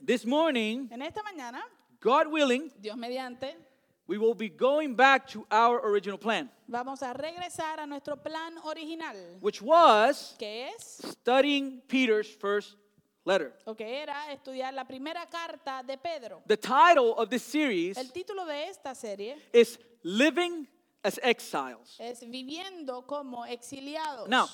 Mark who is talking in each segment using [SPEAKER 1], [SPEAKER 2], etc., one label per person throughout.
[SPEAKER 1] This morning,
[SPEAKER 2] En esta mañana,
[SPEAKER 1] God willing,
[SPEAKER 2] Dios mediante,
[SPEAKER 1] we will be going back to our original plan,
[SPEAKER 2] vamos a regresar a nuestro plan original,
[SPEAKER 1] which was
[SPEAKER 2] que es
[SPEAKER 1] studying Peter's first letter.
[SPEAKER 2] o que era estudiar la primera carta de Pedro.
[SPEAKER 1] The title of this series
[SPEAKER 2] El título de esta serie
[SPEAKER 1] is Living as Exiles.
[SPEAKER 2] es Viviendo como exiliados.
[SPEAKER 1] Now,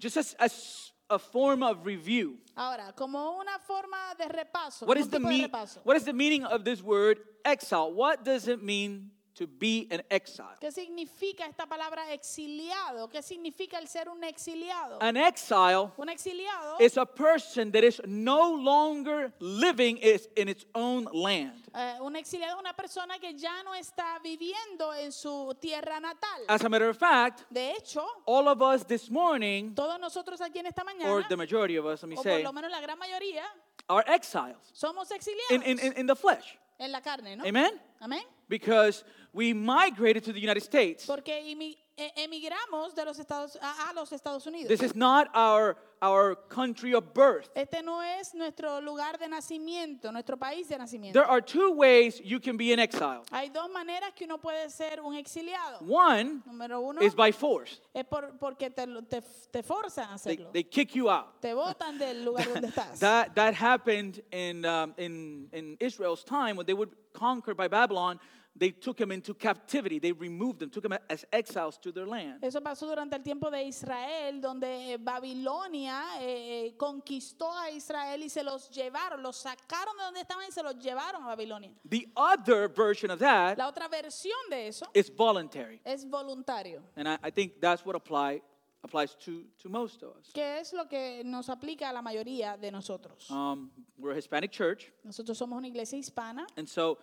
[SPEAKER 1] just as, as a form of review,
[SPEAKER 2] Ahora, como una forma de repaso,
[SPEAKER 1] what is,
[SPEAKER 2] como un
[SPEAKER 1] the
[SPEAKER 2] tipo de
[SPEAKER 1] me-
[SPEAKER 2] repaso.
[SPEAKER 1] what is the meaning of this word exile? What does it mean to be an exile?
[SPEAKER 2] ¿Qué significa esta palabra exiliado? ¿Qué significa el ser un exiliado?
[SPEAKER 1] An exile
[SPEAKER 2] Un exiliado
[SPEAKER 1] is a person that is no longer living is- in its own land.
[SPEAKER 2] Eh, un exiliado es una persona que ya no está viviendo en su tierra natal.
[SPEAKER 1] As a matter of fact,
[SPEAKER 2] De hecho,
[SPEAKER 1] all of us this morning,
[SPEAKER 2] todos nosotros aquí en esta mañana,
[SPEAKER 1] or the majority of us, let me
[SPEAKER 2] o por
[SPEAKER 1] say,
[SPEAKER 2] lo menos la gran mayoría,
[SPEAKER 1] are exiles
[SPEAKER 2] somos exiliados
[SPEAKER 1] in, in, in, in the flesh.
[SPEAKER 2] en la carne, ¿no?
[SPEAKER 1] Amen?
[SPEAKER 2] Amén.
[SPEAKER 1] Because we migrated to the United States.
[SPEAKER 2] Porque imi- e- emigramos de los Estados a, a los Estados Unidos.
[SPEAKER 1] This is not our, our country of birth.
[SPEAKER 2] este no es nuestro lugar de nacimiento, nuestro país de nacimiento.
[SPEAKER 1] There are two ways you can be an exile.
[SPEAKER 2] Hay dos maneras que uno puede ser un exiliado.
[SPEAKER 1] One
[SPEAKER 2] Número uno
[SPEAKER 1] is by force,
[SPEAKER 2] es por, porque te, lo- te, te forzan a
[SPEAKER 1] they,
[SPEAKER 2] hacerlo.
[SPEAKER 1] they kick you out.
[SPEAKER 2] te botan del lugar donde estás.
[SPEAKER 1] That, that happened in, um, in, in Israel's time when they were conquered by Babylon. They took them into captivity. They removed them, took them as exiles to their land.
[SPEAKER 2] Eso pasó durante el tiempo de Israel, donde eh, Babilonia eh, eh, conquistó a Israel y se los llevaron, los sacaron de donde estaban y se los llevaron a Babilonia.
[SPEAKER 1] The other version of that
[SPEAKER 2] La otra versión de eso
[SPEAKER 1] is voluntary.
[SPEAKER 2] es voluntario,
[SPEAKER 1] And I, I think that's what apply, applies to, to most of us.
[SPEAKER 2] que es lo que nos aplica a la mayoría de nosotros.
[SPEAKER 1] Um, we're a Hispanic church.
[SPEAKER 2] Nosotros somos una iglesia hispana,
[SPEAKER 1] And so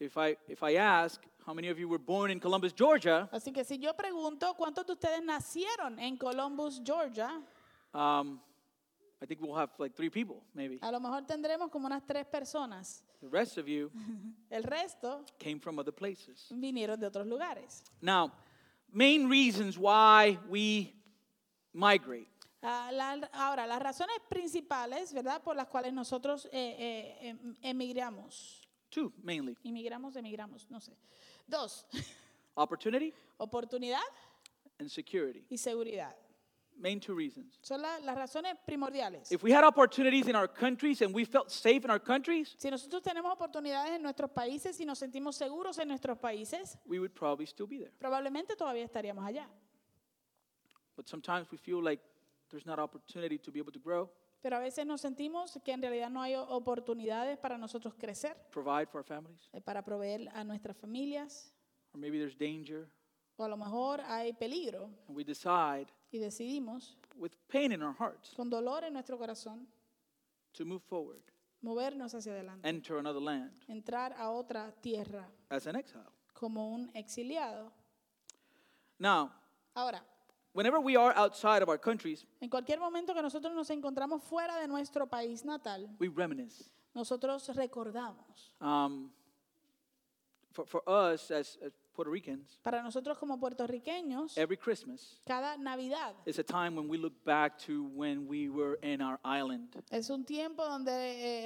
[SPEAKER 1] if I, if I ask how many of you were born in Columbus, Georgia,
[SPEAKER 2] así que si yo pregunto cuántos de ustedes nacieron en Columbus, Georgia,
[SPEAKER 1] um, I think we'll have like three people, maybe.
[SPEAKER 2] a lo mejor tendremos como unas tres personas.
[SPEAKER 1] The rest of you
[SPEAKER 2] El resto
[SPEAKER 1] came from other places.
[SPEAKER 2] vinieron de otros lugares.
[SPEAKER 1] Now, main reasons why we migrate.
[SPEAKER 2] Ah, la- ahora, las razones principales, ¿verdad?, por las cuales nosotros eh, eh, em- emigramos,
[SPEAKER 1] Two, mainly
[SPEAKER 2] inmigramos, emigramos, no sé. Dos,
[SPEAKER 1] opportunity
[SPEAKER 2] oportunidad
[SPEAKER 1] and security.
[SPEAKER 2] y seguridad.
[SPEAKER 1] Main two reasons.
[SPEAKER 2] Son la- las razones primordiales.
[SPEAKER 1] If we had opportunities in our countries and we felt safe in our countries,
[SPEAKER 2] Si nosotros tenemos oportunidades en nuestros países y nos sentimos seguros en nuestros países,
[SPEAKER 1] we would probably still be there.
[SPEAKER 2] probablemente todavía estaríamos allá.
[SPEAKER 1] But sometimes we feel like there's not opportunity to be able to grow,
[SPEAKER 2] Pero a veces nos sentimos que en realidad no hay o- oportunidades para nosotros crecer,
[SPEAKER 1] provide for our families,
[SPEAKER 2] eh, para proveer a nuestras familias,
[SPEAKER 1] or maybe there's danger,
[SPEAKER 2] o a lo mejor hay peligro
[SPEAKER 1] and we decide
[SPEAKER 2] y decidimos
[SPEAKER 1] with pain in our hearts
[SPEAKER 2] con dolor en nuestro corazón,
[SPEAKER 1] to move forward,
[SPEAKER 2] movernos hacia adelante,
[SPEAKER 1] enter another land
[SPEAKER 2] entrar a otra tierra
[SPEAKER 1] as an exile.
[SPEAKER 2] como un exiliado.
[SPEAKER 1] Now,
[SPEAKER 2] Ahora,
[SPEAKER 1] whenever we are outside of our countries,
[SPEAKER 2] en cualquier momento que nosotros nos encontramos fuera de nuestro país natal,
[SPEAKER 1] we reminisce.
[SPEAKER 2] nosotros recordamos.
[SPEAKER 1] Um, for, for us as, as Puerto Ricans,
[SPEAKER 2] Para nosotros como puertorriqueños,
[SPEAKER 1] every Christmas
[SPEAKER 2] cada Navidad
[SPEAKER 1] is a time when we look back to when we were in our island.
[SPEAKER 2] es un tiempo donde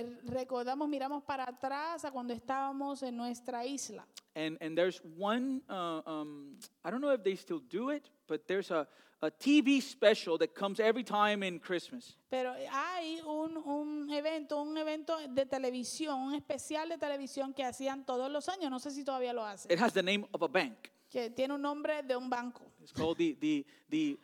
[SPEAKER 2] eh, recordamos, miramos para atrás a cuando estábamos en nuestra isla.
[SPEAKER 1] And, and there's one, uh, um, I don't know if they still do it, but there's a, a TV special that comes every time in Christmas.
[SPEAKER 2] Pero hay un, un evento, un evento de televisión, un especial de televisión que hacían todos los años, no sé si todavía lo hacen,
[SPEAKER 1] It has the name of a bank.
[SPEAKER 2] que tiene un nombre de un banco.
[SPEAKER 1] It's called the, the, the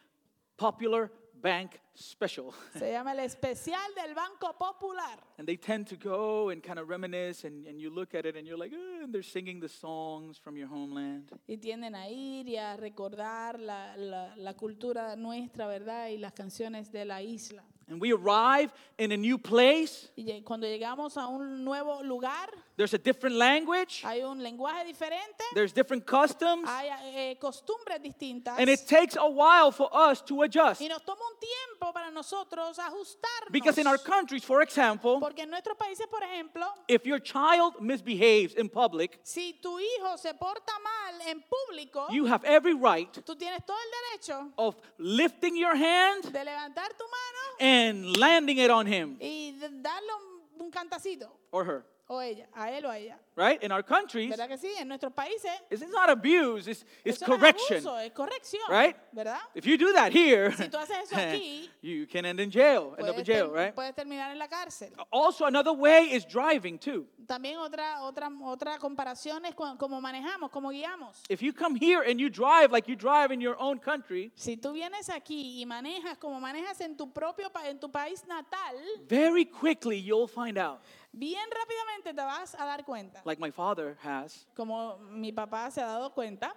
[SPEAKER 1] Popular Bank Special.
[SPEAKER 2] Se llama el especial del Banco Popular.
[SPEAKER 1] And they tend to go and kind of reminisce, and, and you look at it and you're like, "Eh," and they're singing the songs from your homeland.
[SPEAKER 2] Y tienden a ir y a recordar la, la- la cultura nuestra, ¿verdad? Y las canciones de la isla.
[SPEAKER 1] And we arrive in a new place.
[SPEAKER 2] Y lle- cuando llegamos a un nuevo lugar,
[SPEAKER 1] There's a different language.
[SPEAKER 2] hay un lenguaje diferente,
[SPEAKER 1] There's different customs.
[SPEAKER 2] hay eh, costumbres distintas.
[SPEAKER 1] And it takes a while for us to adjust.
[SPEAKER 2] Y nos toma un tiempo para nosotros ajustarnos.
[SPEAKER 1] Because in our countries, for example,
[SPEAKER 2] Porque en nuestros países, por ejemplo,
[SPEAKER 1] if your child misbehaves in public,
[SPEAKER 2] si tu hijo se porta mal en público,
[SPEAKER 1] you have every right
[SPEAKER 2] tú tienes todo el derecho
[SPEAKER 1] of lifting your hand Eh.
[SPEAKER 2] de levantar tu mano
[SPEAKER 1] and landing it on him.
[SPEAKER 2] y de darle un- un cantacito.
[SPEAKER 1] or her,
[SPEAKER 2] O ella, a él o a ella.
[SPEAKER 1] right? In our countries,
[SPEAKER 2] ¿Verdad que sí? En nuestros países.
[SPEAKER 1] it's it's not abuse, it's, it's
[SPEAKER 2] eso no es
[SPEAKER 1] correction.
[SPEAKER 2] abuso, es corrección.
[SPEAKER 1] right?
[SPEAKER 2] ¿Verdad?
[SPEAKER 1] If you do that here,
[SPEAKER 2] Si tú haces eso aquí,
[SPEAKER 1] you can end in jail, end up in
[SPEAKER 2] Puedes,
[SPEAKER 1] jail,
[SPEAKER 2] ter-
[SPEAKER 1] right? Oh.
[SPEAKER 2] puedes terminar en la cárcel.
[SPEAKER 1] Also, another way is driving too.
[SPEAKER 2] También otra, otra, otra comparación es cu- cómo manejamos, cómo guiamos.
[SPEAKER 1] If you come here and you drive like you drive in your own country,
[SPEAKER 2] Si tú vienes aquí y manejas como manejas en tu propio pa- en tu país natal,
[SPEAKER 1] very quickly you'll find out,
[SPEAKER 2] bien rápidamente te vas a dar cuenta,
[SPEAKER 1] like my father has,
[SPEAKER 2] como mi papá se ha dado cuenta,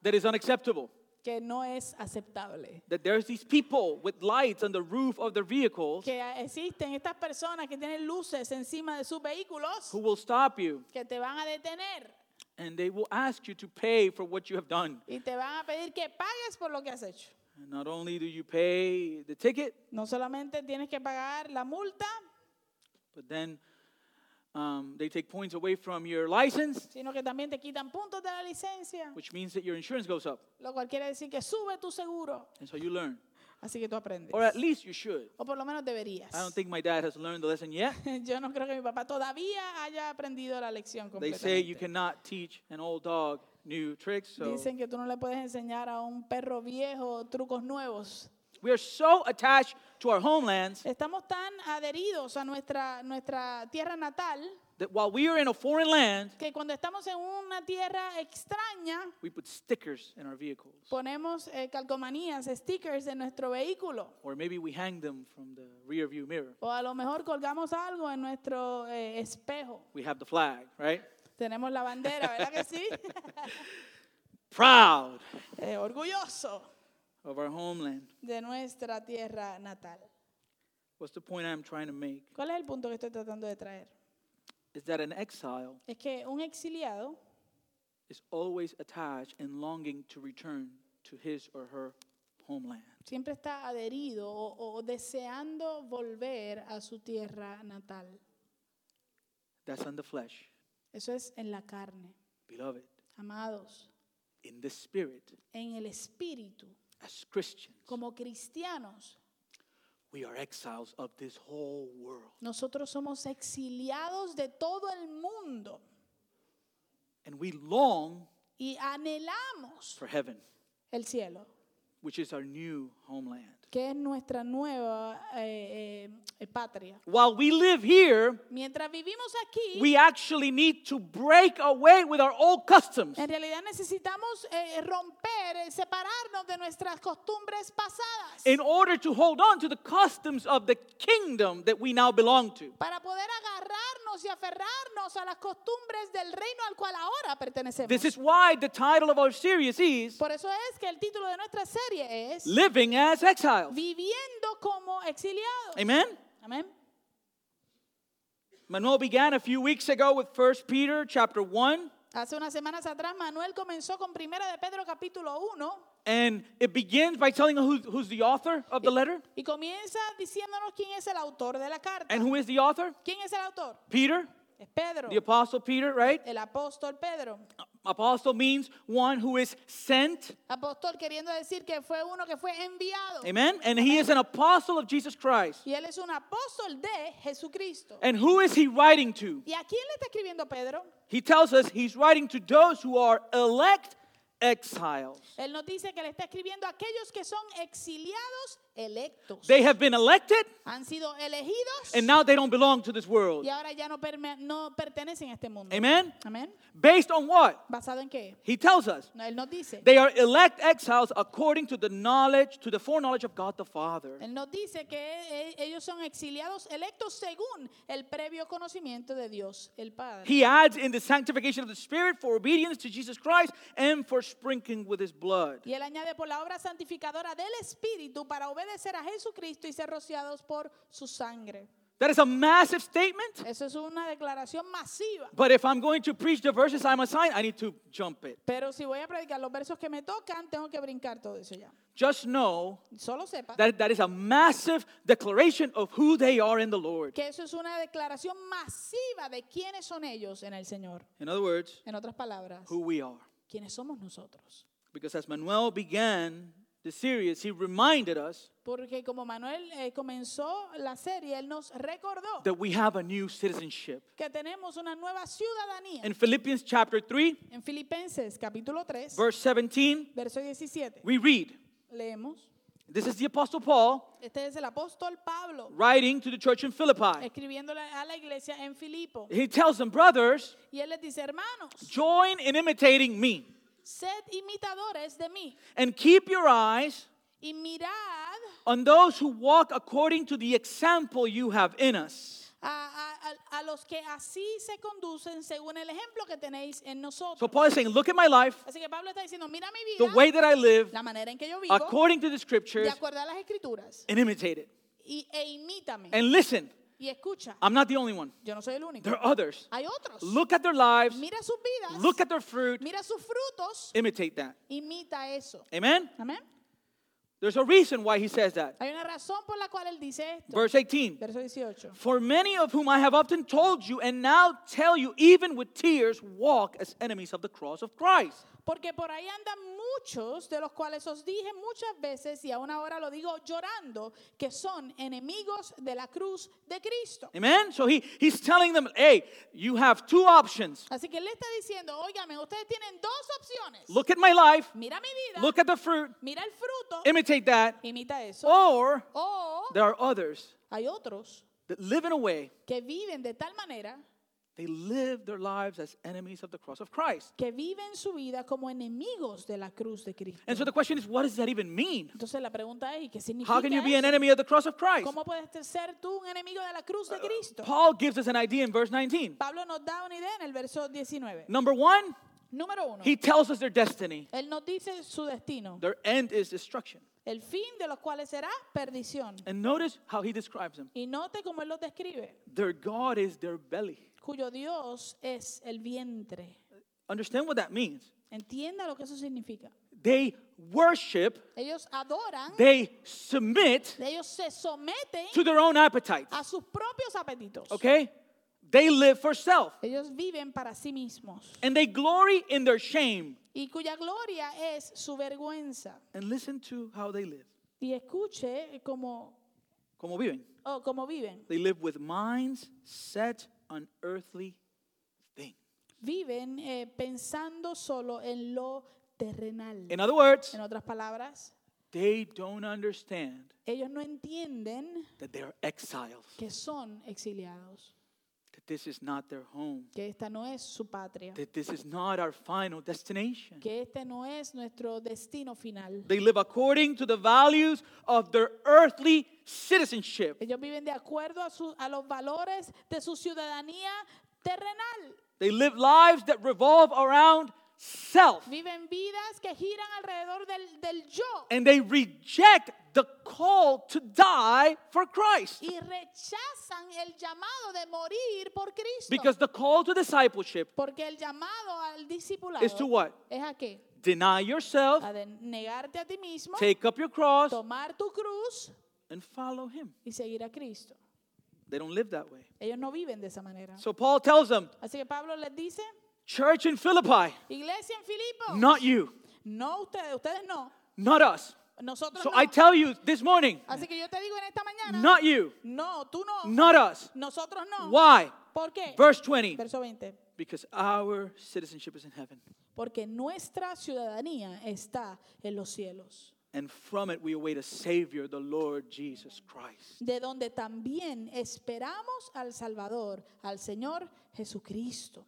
[SPEAKER 1] that is unacceptable.
[SPEAKER 2] que no es aceptable.
[SPEAKER 1] That there's these people with lights on the roof of their vehicles
[SPEAKER 2] Que existen estas personas que tienen luces encima de sus vehículos
[SPEAKER 1] who will stop you
[SPEAKER 2] que te van a detener
[SPEAKER 1] and they will ask you to pay for what you have done.
[SPEAKER 2] y te van a pedir que pagues por lo que has hecho.
[SPEAKER 1] And not only do you pay the ticket,
[SPEAKER 2] No solamente tienes que pagar la multa,
[SPEAKER 1] but then um, they take points away from your license,
[SPEAKER 2] sino que también te quitan puntos de la licencia,
[SPEAKER 1] which means that your insurance goes up.
[SPEAKER 2] lo cual quiere decir que sube tu seguro.
[SPEAKER 1] And so you learn.
[SPEAKER 2] Así que tú aprendes.
[SPEAKER 1] Or at least you should.
[SPEAKER 2] O por lo menos deberías.
[SPEAKER 1] I don't think my dad has learned the lesson yet.
[SPEAKER 2] Yo no creo que mi papá todavía haya aprendido la lección
[SPEAKER 1] They say you
[SPEAKER 2] completamente.
[SPEAKER 1] cannot teach an old dog new tricks. So
[SPEAKER 2] Dicen que tú no le puedes enseñar a un perro viejo trucos nuevos.
[SPEAKER 1] we are so attached to our homelands
[SPEAKER 2] Estamos tan adheridos a nuestra, nuestra tierra natal
[SPEAKER 1] that while we are in a foreign land,
[SPEAKER 2] que cuando estamos en una tierra extraña
[SPEAKER 1] we put stickers in our vehicles.
[SPEAKER 2] ponemos eh, calcomanías, stickers en nuestro vehículo.
[SPEAKER 1] Or maybe we hang them from the rear view mirror.
[SPEAKER 2] O a lo mejor colgamos algo en nuestro eh, espejo.
[SPEAKER 1] We have the flag, right?
[SPEAKER 2] Tenemos la bandera, ¿verdad que sí?
[SPEAKER 1] Proud
[SPEAKER 2] Eh, orgulloso
[SPEAKER 1] of our homeland.
[SPEAKER 2] de nuestra tierra natal.
[SPEAKER 1] What's the point I'm trying to make?
[SPEAKER 2] ¿Cuál es el punto que estoy tratando de traer?
[SPEAKER 1] Is that an exile
[SPEAKER 2] Es que un exiliado
[SPEAKER 1] is always attached and longing to return to his or her homeland.
[SPEAKER 2] siempre está adherido o, o deseando volver a su tierra natal.
[SPEAKER 1] That's on the flesh.
[SPEAKER 2] Eso es en la carne.
[SPEAKER 1] Beloved,
[SPEAKER 2] Amados,
[SPEAKER 1] in the spirit,
[SPEAKER 2] en el espíritu,
[SPEAKER 1] as Christians,
[SPEAKER 2] como cristianos,
[SPEAKER 1] we are exiles of this whole world.
[SPEAKER 2] Nosotros somos exiliados de todo el mundo
[SPEAKER 1] And we long
[SPEAKER 2] y anhelamos
[SPEAKER 1] for heaven,
[SPEAKER 2] el cielo,
[SPEAKER 1] which is our new homeland.
[SPEAKER 2] que es nuestra nueva eh, eh, patria.
[SPEAKER 1] While we live here,
[SPEAKER 2] Mientras vivimos aquí,
[SPEAKER 1] we actually need to break away with our old customs.
[SPEAKER 2] en realidad necesitamos eh, romper, eh, separarnos de nuestras costumbres pasadas
[SPEAKER 1] in order to hold on to the customs of the kingdom that we now belong to.
[SPEAKER 2] para poder agarrarnos y aferrarnos a las costumbres del reino al cual ahora pertenecemos.
[SPEAKER 1] This is why the title of our series is
[SPEAKER 2] Por eso es que el título de nuestra serie es
[SPEAKER 1] Living as Exiles.
[SPEAKER 2] Viviendo como exiliados.
[SPEAKER 1] Amen.
[SPEAKER 2] Amén.
[SPEAKER 1] Manuel began a few weeks ago with 1 Peter chapter 1
[SPEAKER 2] Hace unas semanas atrás Manuel comenzó con Primera de Pedro capítulo 1
[SPEAKER 1] and it begins by telling who, who's the author of the letter
[SPEAKER 2] y comienza diciéndonos quién es el autor de la carta.
[SPEAKER 1] and who is the author?
[SPEAKER 2] ¿Quién es el autor?
[SPEAKER 1] Peter,
[SPEAKER 2] Es Pedro,
[SPEAKER 1] the apostle Peter, right?
[SPEAKER 2] el apóstol Pedro.
[SPEAKER 1] Apostle means one who is sent.
[SPEAKER 2] Apóstol queriendo decir que fue uno que fue enviado.
[SPEAKER 1] Amen. And he is an apostle of Jesus Christ.
[SPEAKER 2] Y él es un apóstol de Jesucristo.
[SPEAKER 1] And who is he writing to?
[SPEAKER 2] ¿Y a quién le está escribiendo Pedro?
[SPEAKER 1] He tells us he's writing to those who are elect exiles.
[SPEAKER 2] Él nos dice que le está escribiendo a aquellos que son exiliados electos.
[SPEAKER 1] They have been elected
[SPEAKER 2] Han sido elegidos
[SPEAKER 1] and now they don't belong to this world.
[SPEAKER 2] y ahora ya no, perme- no pertenecen a este mundo.
[SPEAKER 1] Amen?
[SPEAKER 2] Amén.
[SPEAKER 1] Based on what?
[SPEAKER 2] ¿Basado en qué?
[SPEAKER 1] He tells us
[SPEAKER 2] No, él nos dice.
[SPEAKER 1] they are elect exiles according to the knowledge, to the foreknowledge of God the Father.
[SPEAKER 2] Él nos dice que e- e- ellos son exiliados electos según el previo conocimiento de Dios el Padre.
[SPEAKER 1] He adds in the sanctification of the Spirit for obedience to Jesus Christ and for sprinkling with his blood.
[SPEAKER 2] Y él añade por la obra santificadora del Espíritu para obedecer a Jesucristo y ser rociados por su sangre.
[SPEAKER 1] That is a massive statement,
[SPEAKER 2] Eso es una declaración masiva.
[SPEAKER 1] but if I'm going to preach the verses I'm assigned, I need to jump it.
[SPEAKER 2] Pero si voy a predicar los versos que me tocan, tengo que brincar todo eso ya.
[SPEAKER 1] Just know
[SPEAKER 2] Solo sepa
[SPEAKER 1] That, that is a massive declaration of who they are in the Lord.
[SPEAKER 2] que eso es una declaración masiva de quiénes son ellos en el Señor.
[SPEAKER 1] In other words,
[SPEAKER 2] En otras palabras,
[SPEAKER 1] who we are.
[SPEAKER 2] quiénes somos nosotros.
[SPEAKER 1] Because as Manuel began the series, he reminded us
[SPEAKER 2] Porque como Manuel eh, comenzó la serie, él nos recordó
[SPEAKER 1] that we have a new citizenship.
[SPEAKER 2] que tenemos una nueva ciudadanía.
[SPEAKER 1] In Philippians chapter 3,
[SPEAKER 2] En Filipenses capítulo 3,
[SPEAKER 1] verse 17,
[SPEAKER 2] verso 17,
[SPEAKER 1] we read
[SPEAKER 2] leemos,
[SPEAKER 1] this is the Apostle Paul
[SPEAKER 2] este es el apóstol Pablo
[SPEAKER 1] writing to the church in Philippi.
[SPEAKER 2] escribiéndole a la iglesia en Filipo.
[SPEAKER 1] He tells them, Brothers,
[SPEAKER 2] Y él les dice, hermanos,
[SPEAKER 1] join in imitating me
[SPEAKER 2] sed imitadores de mí
[SPEAKER 1] and keep your eyes
[SPEAKER 2] y mirad
[SPEAKER 1] on those who walk according to the example you have in us.
[SPEAKER 2] a, a- a- a los que así se conducen según el ejemplo que tenéis en
[SPEAKER 1] So
[SPEAKER 2] nosotros.
[SPEAKER 1] Paul is saying, Look at my life,
[SPEAKER 2] Así que Pablo está diciendo, mira mi
[SPEAKER 1] the
[SPEAKER 2] vida,
[SPEAKER 1] way that I live,
[SPEAKER 2] la manera en que yo vivo,
[SPEAKER 1] according to the
[SPEAKER 2] de
[SPEAKER 1] scriptures,
[SPEAKER 2] acuerdo a las escrituras,
[SPEAKER 1] and imitate it.
[SPEAKER 2] y, e imítame.
[SPEAKER 1] And listen,
[SPEAKER 2] Y escucha,
[SPEAKER 1] I'm not the only one,
[SPEAKER 2] yo no soy el único.
[SPEAKER 1] there are others.
[SPEAKER 2] Hay otros.
[SPEAKER 1] Look at their lives,
[SPEAKER 2] Mira sus vidas.
[SPEAKER 1] look at their fruit,
[SPEAKER 2] Mira sus frutos,
[SPEAKER 1] imitate that.
[SPEAKER 2] imita eso.
[SPEAKER 1] Amen?
[SPEAKER 2] Amén.
[SPEAKER 1] There's a reason why he says that.
[SPEAKER 2] Hay una razón por la cual él dice esto.
[SPEAKER 1] Verse 18
[SPEAKER 2] Verso 18.
[SPEAKER 1] For many of whom I have often told you and now tell you, even with tears, walk as enemies of the cross of Christ.
[SPEAKER 2] Porque por ahí andan muchos de los cuales os dije muchas veces y aún ahora lo digo llorando que son enemigos de la cruz de Cristo.
[SPEAKER 1] Amen? So he, he's telling them, hey, you have two options.
[SPEAKER 2] Así que él le está diciendo, óigame, ustedes tienen dos opciones.
[SPEAKER 1] Look at my life,
[SPEAKER 2] Mira mi vida,
[SPEAKER 1] look at Em-, the fruit,
[SPEAKER 2] mira el fruto,
[SPEAKER 1] imitate that,
[SPEAKER 2] imita eso.
[SPEAKER 1] or
[SPEAKER 2] O
[SPEAKER 1] there are others
[SPEAKER 2] hay otros
[SPEAKER 1] that live in a way
[SPEAKER 2] que viven de tal manera
[SPEAKER 1] they live their lives as enemies of the cross of Christ.
[SPEAKER 2] que viven su vida como enemigos de la cruz de Cristo.
[SPEAKER 1] And so the question is, what does that even mean?
[SPEAKER 2] Entonces la pregunta es, ¿y qué significa
[SPEAKER 1] How can you be an
[SPEAKER 2] eso?
[SPEAKER 1] enemy of the cross of Christ?
[SPEAKER 2] ¿Cómo puedes te- ser tú un enemigo de la cruz de Cristo?
[SPEAKER 1] Uh, Paul gives us an idea in verse 19.
[SPEAKER 2] Pablo nos da una idea en el verso 19.
[SPEAKER 1] Number one,
[SPEAKER 2] Número uno,
[SPEAKER 1] he tells us their destiny.
[SPEAKER 2] él nos dice su destino,
[SPEAKER 1] Their end is destruction.
[SPEAKER 2] el fin de los cuales será perdición.
[SPEAKER 1] And notice how he describes them.
[SPEAKER 2] Y note cómo él los describe,
[SPEAKER 1] Their God is their belly.
[SPEAKER 2] cuyo Dios es el vientre.
[SPEAKER 1] Understand what that means.
[SPEAKER 2] Entienda lo que eso significa.
[SPEAKER 1] They worship,
[SPEAKER 2] Ellos adoran,
[SPEAKER 1] they submit
[SPEAKER 2] ellos se someten
[SPEAKER 1] to their own appetites.
[SPEAKER 2] a sus propios apetitos.
[SPEAKER 1] Okay? They live for self.
[SPEAKER 2] Ellos viven para sí mismos.
[SPEAKER 1] And they glory in their shame.
[SPEAKER 2] y cuya gloria es su vergüenza.
[SPEAKER 1] And listen to how they live.
[SPEAKER 2] Y escuche cómo,
[SPEAKER 1] Como viven.
[SPEAKER 2] oh, cómo viven.
[SPEAKER 1] They live with minds set on earthly things.
[SPEAKER 2] Viven eh, pensando solo en lo terrenal.
[SPEAKER 1] In other words,
[SPEAKER 2] En otras palabras,
[SPEAKER 1] they don't understand
[SPEAKER 2] ellos no entienden
[SPEAKER 1] that they are exiles,
[SPEAKER 2] que son exiliados,
[SPEAKER 1] that this is not their home,
[SPEAKER 2] que esta no es su patria,
[SPEAKER 1] that this is not our final destination.
[SPEAKER 2] que este no es nuestro destino final.
[SPEAKER 1] They live according to the values of their earthly citizenship.
[SPEAKER 2] Ellos viven de acuerdo a, su- a los valores de su ciudadanía terrenal.
[SPEAKER 1] They live lives that revolve around self,
[SPEAKER 2] Viven vidas que giran alrededor del, del yo.
[SPEAKER 1] and they reject the call to die for Christ.
[SPEAKER 2] y rechazan el llamado de morir por Cristo.
[SPEAKER 1] Because the call to discipleship
[SPEAKER 2] porque el llamado al discipulado
[SPEAKER 1] is to what?
[SPEAKER 2] es a qué?
[SPEAKER 1] Deny yourself,
[SPEAKER 2] A de negarte a ti mismo,
[SPEAKER 1] take up your cross,
[SPEAKER 2] tomar tu cruz
[SPEAKER 1] and follow him.
[SPEAKER 2] y seguir a Cristo.
[SPEAKER 1] They don't live that way.
[SPEAKER 2] Ellos no viven de esa manera.
[SPEAKER 1] So Paul tells them,
[SPEAKER 2] Así que Pablo les dice,
[SPEAKER 1] church in Philippi,
[SPEAKER 2] iglesia en Filipo,
[SPEAKER 1] not you,
[SPEAKER 2] no ustedes, ustedes no,
[SPEAKER 1] not us.
[SPEAKER 2] nosotros
[SPEAKER 1] So
[SPEAKER 2] no.
[SPEAKER 1] I tell you this morning,
[SPEAKER 2] Así que yo te digo en esta mañana,
[SPEAKER 1] not you,
[SPEAKER 2] no, tú no,
[SPEAKER 1] not us.
[SPEAKER 2] nosotros no.
[SPEAKER 1] Why?
[SPEAKER 2] ¿Por qué?
[SPEAKER 1] Verse 20,
[SPEAKER 2] Verso 20.
[SPEAKER 1] because our citizenship is in heaven,
[SPEAKER 2] Porque nuestra ciudadanía está en los cielos.
[SPEAKER 1] and from it we await a Savior, the Lord Jesus Christ.
[SPEAKER 2] de donde también esperamos al Salvador, al Señor Jesucristo.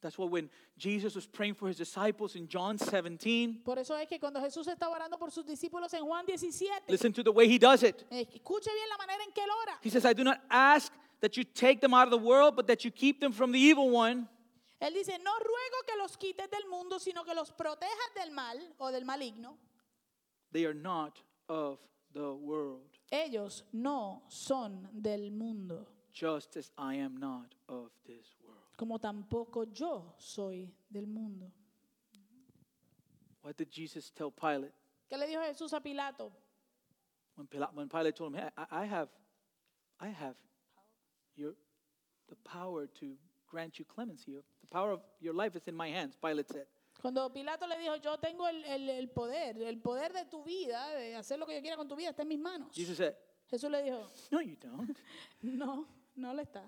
[SPEAKER 1] That's what when Jesus was praying for his disciples in John 17,
[SPEAKER 2] Por eso es que cuando Jesús estaba orando por sus discípulos en Juan 17,
[SPEAKER 1] listen to the way he does it.
[SPEAKER 2] eh, escuche bien la manera en que él ora.
[SPEAKER 1] He says, I do not ask that you take them out of the world, but that you keep them from the evil one.
[SPEAKER 2] Él dice, no ruego que los quites del mundo, sino que los protejas del mal o del maligno.
[SPEAKER 1] They are not of the world.
[SPEAKER 2] Ellos no son del mundo,
[SPEAKER 1] just as I am not of this world.
[SPEAKER 2] como tampoco yo soy del mundo.
[SPEAKER 1] What did Jesus tell Pilate?
[SPEAKER 2] ¿Qué le dijo Jesús a Pilato?
[SPEAKER 1] When Pilate, when Pilate told him, hey, I, I have, I have your, the power to grant you clemency. Your- The power of your life is in my hands, Pilate said.
[SPEAKER 2] Cuando Pilato le dijo, yo tengo el, el- el poder, el poder de tu vida, de hacer lo que yo quiera con tu vida, está en mis manos.
[SPEAKER 1] Jesus said,
[SPEAKER 2] Jesús le dijo,
[SPEAKER 1] No, you don't.
[SPEAKER 2] no, no lo está.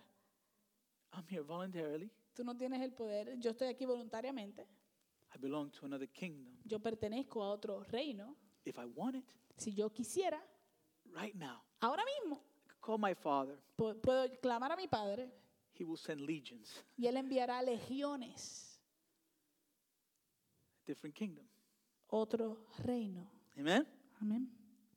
[SPEAKER 1] I'm here voluntarily.
[SPEAKER 2] Tú no tienes el poder, yo estoy aquí voluntariamente,
[SPEAKER 1] I belong to another kingdom.
[SPEAKER 2] yo pertenezco a otro reino.
[SPEAKER 1] If I want it
[SPEAKER 2] Si yo quisiera,
[SPEAKER 1] right now,
[SPEAKER 2] ahora mismo,
[SPEAKER 1] I could call my father.
[SPEAKER 2] pu- puedo clamar a mi Padre
[SPEAKER 1] He will send legions,
[SPEAKER 2] y Él enviará legiones,
[SPEAKER 1] different kingdom.
[SPEAKER 2] otro reino.
[SPEAKER 1] Amen?
[SPEAKER 2] Amén.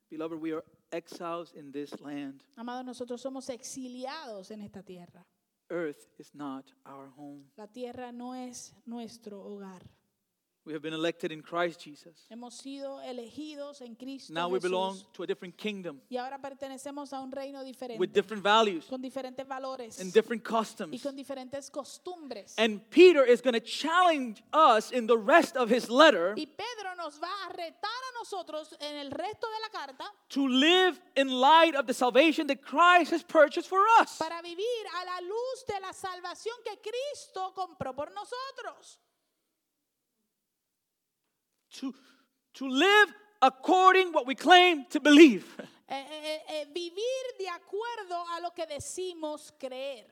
[SPEAKER 1] Beloved, we are exiles in this land.
[SPEAKER 2] Amados, nosotros somos exiliados en esta tierra.
[SPEAKER 1] Earth is not our home.
[SPEAKER 2] La tierra no es nuestro hogar.
[SPEAKER 1] We have been elected in Christ Jesus.
[SPEAKER 2] Hemos sido elegidos en Cristo.
[SPEAKER 1] Now we
[SPEAKER 2] Jesús.
[SPEAKER 1] belong to a different kingdom
[SPEAKER 2] y ahora pertenecemos a un reino
[SPEAKER 1] with
[SPEAKER 2] diferente,
[SPEAKER 1] different values
[SPEAKER 2] con diferentes valores
[SPEAKER 1] and different
[SPEAKER 2] y
[SPEAKER 1] customs.
[SPEAKER 2] con diferentes costumbres.
[SPEAKER 1] And Peter is going to challenge us in the rest of his letter
[SPEAKER 2] y Pedro nos va a retar a nosotros en el resto de la carta
[SPEAKER 1] to live in light of the salvation that Christ has purchased for us.
[SPEAKER 2] para vivir a la luz de la salvación que Cristo compró por nosotros.
[SPEAKER 1] To, to live according what we claim to believe.
[SPEAKER 2] Eh, eh, eh, eh, vivir de acuerdo a lo que decimos creer.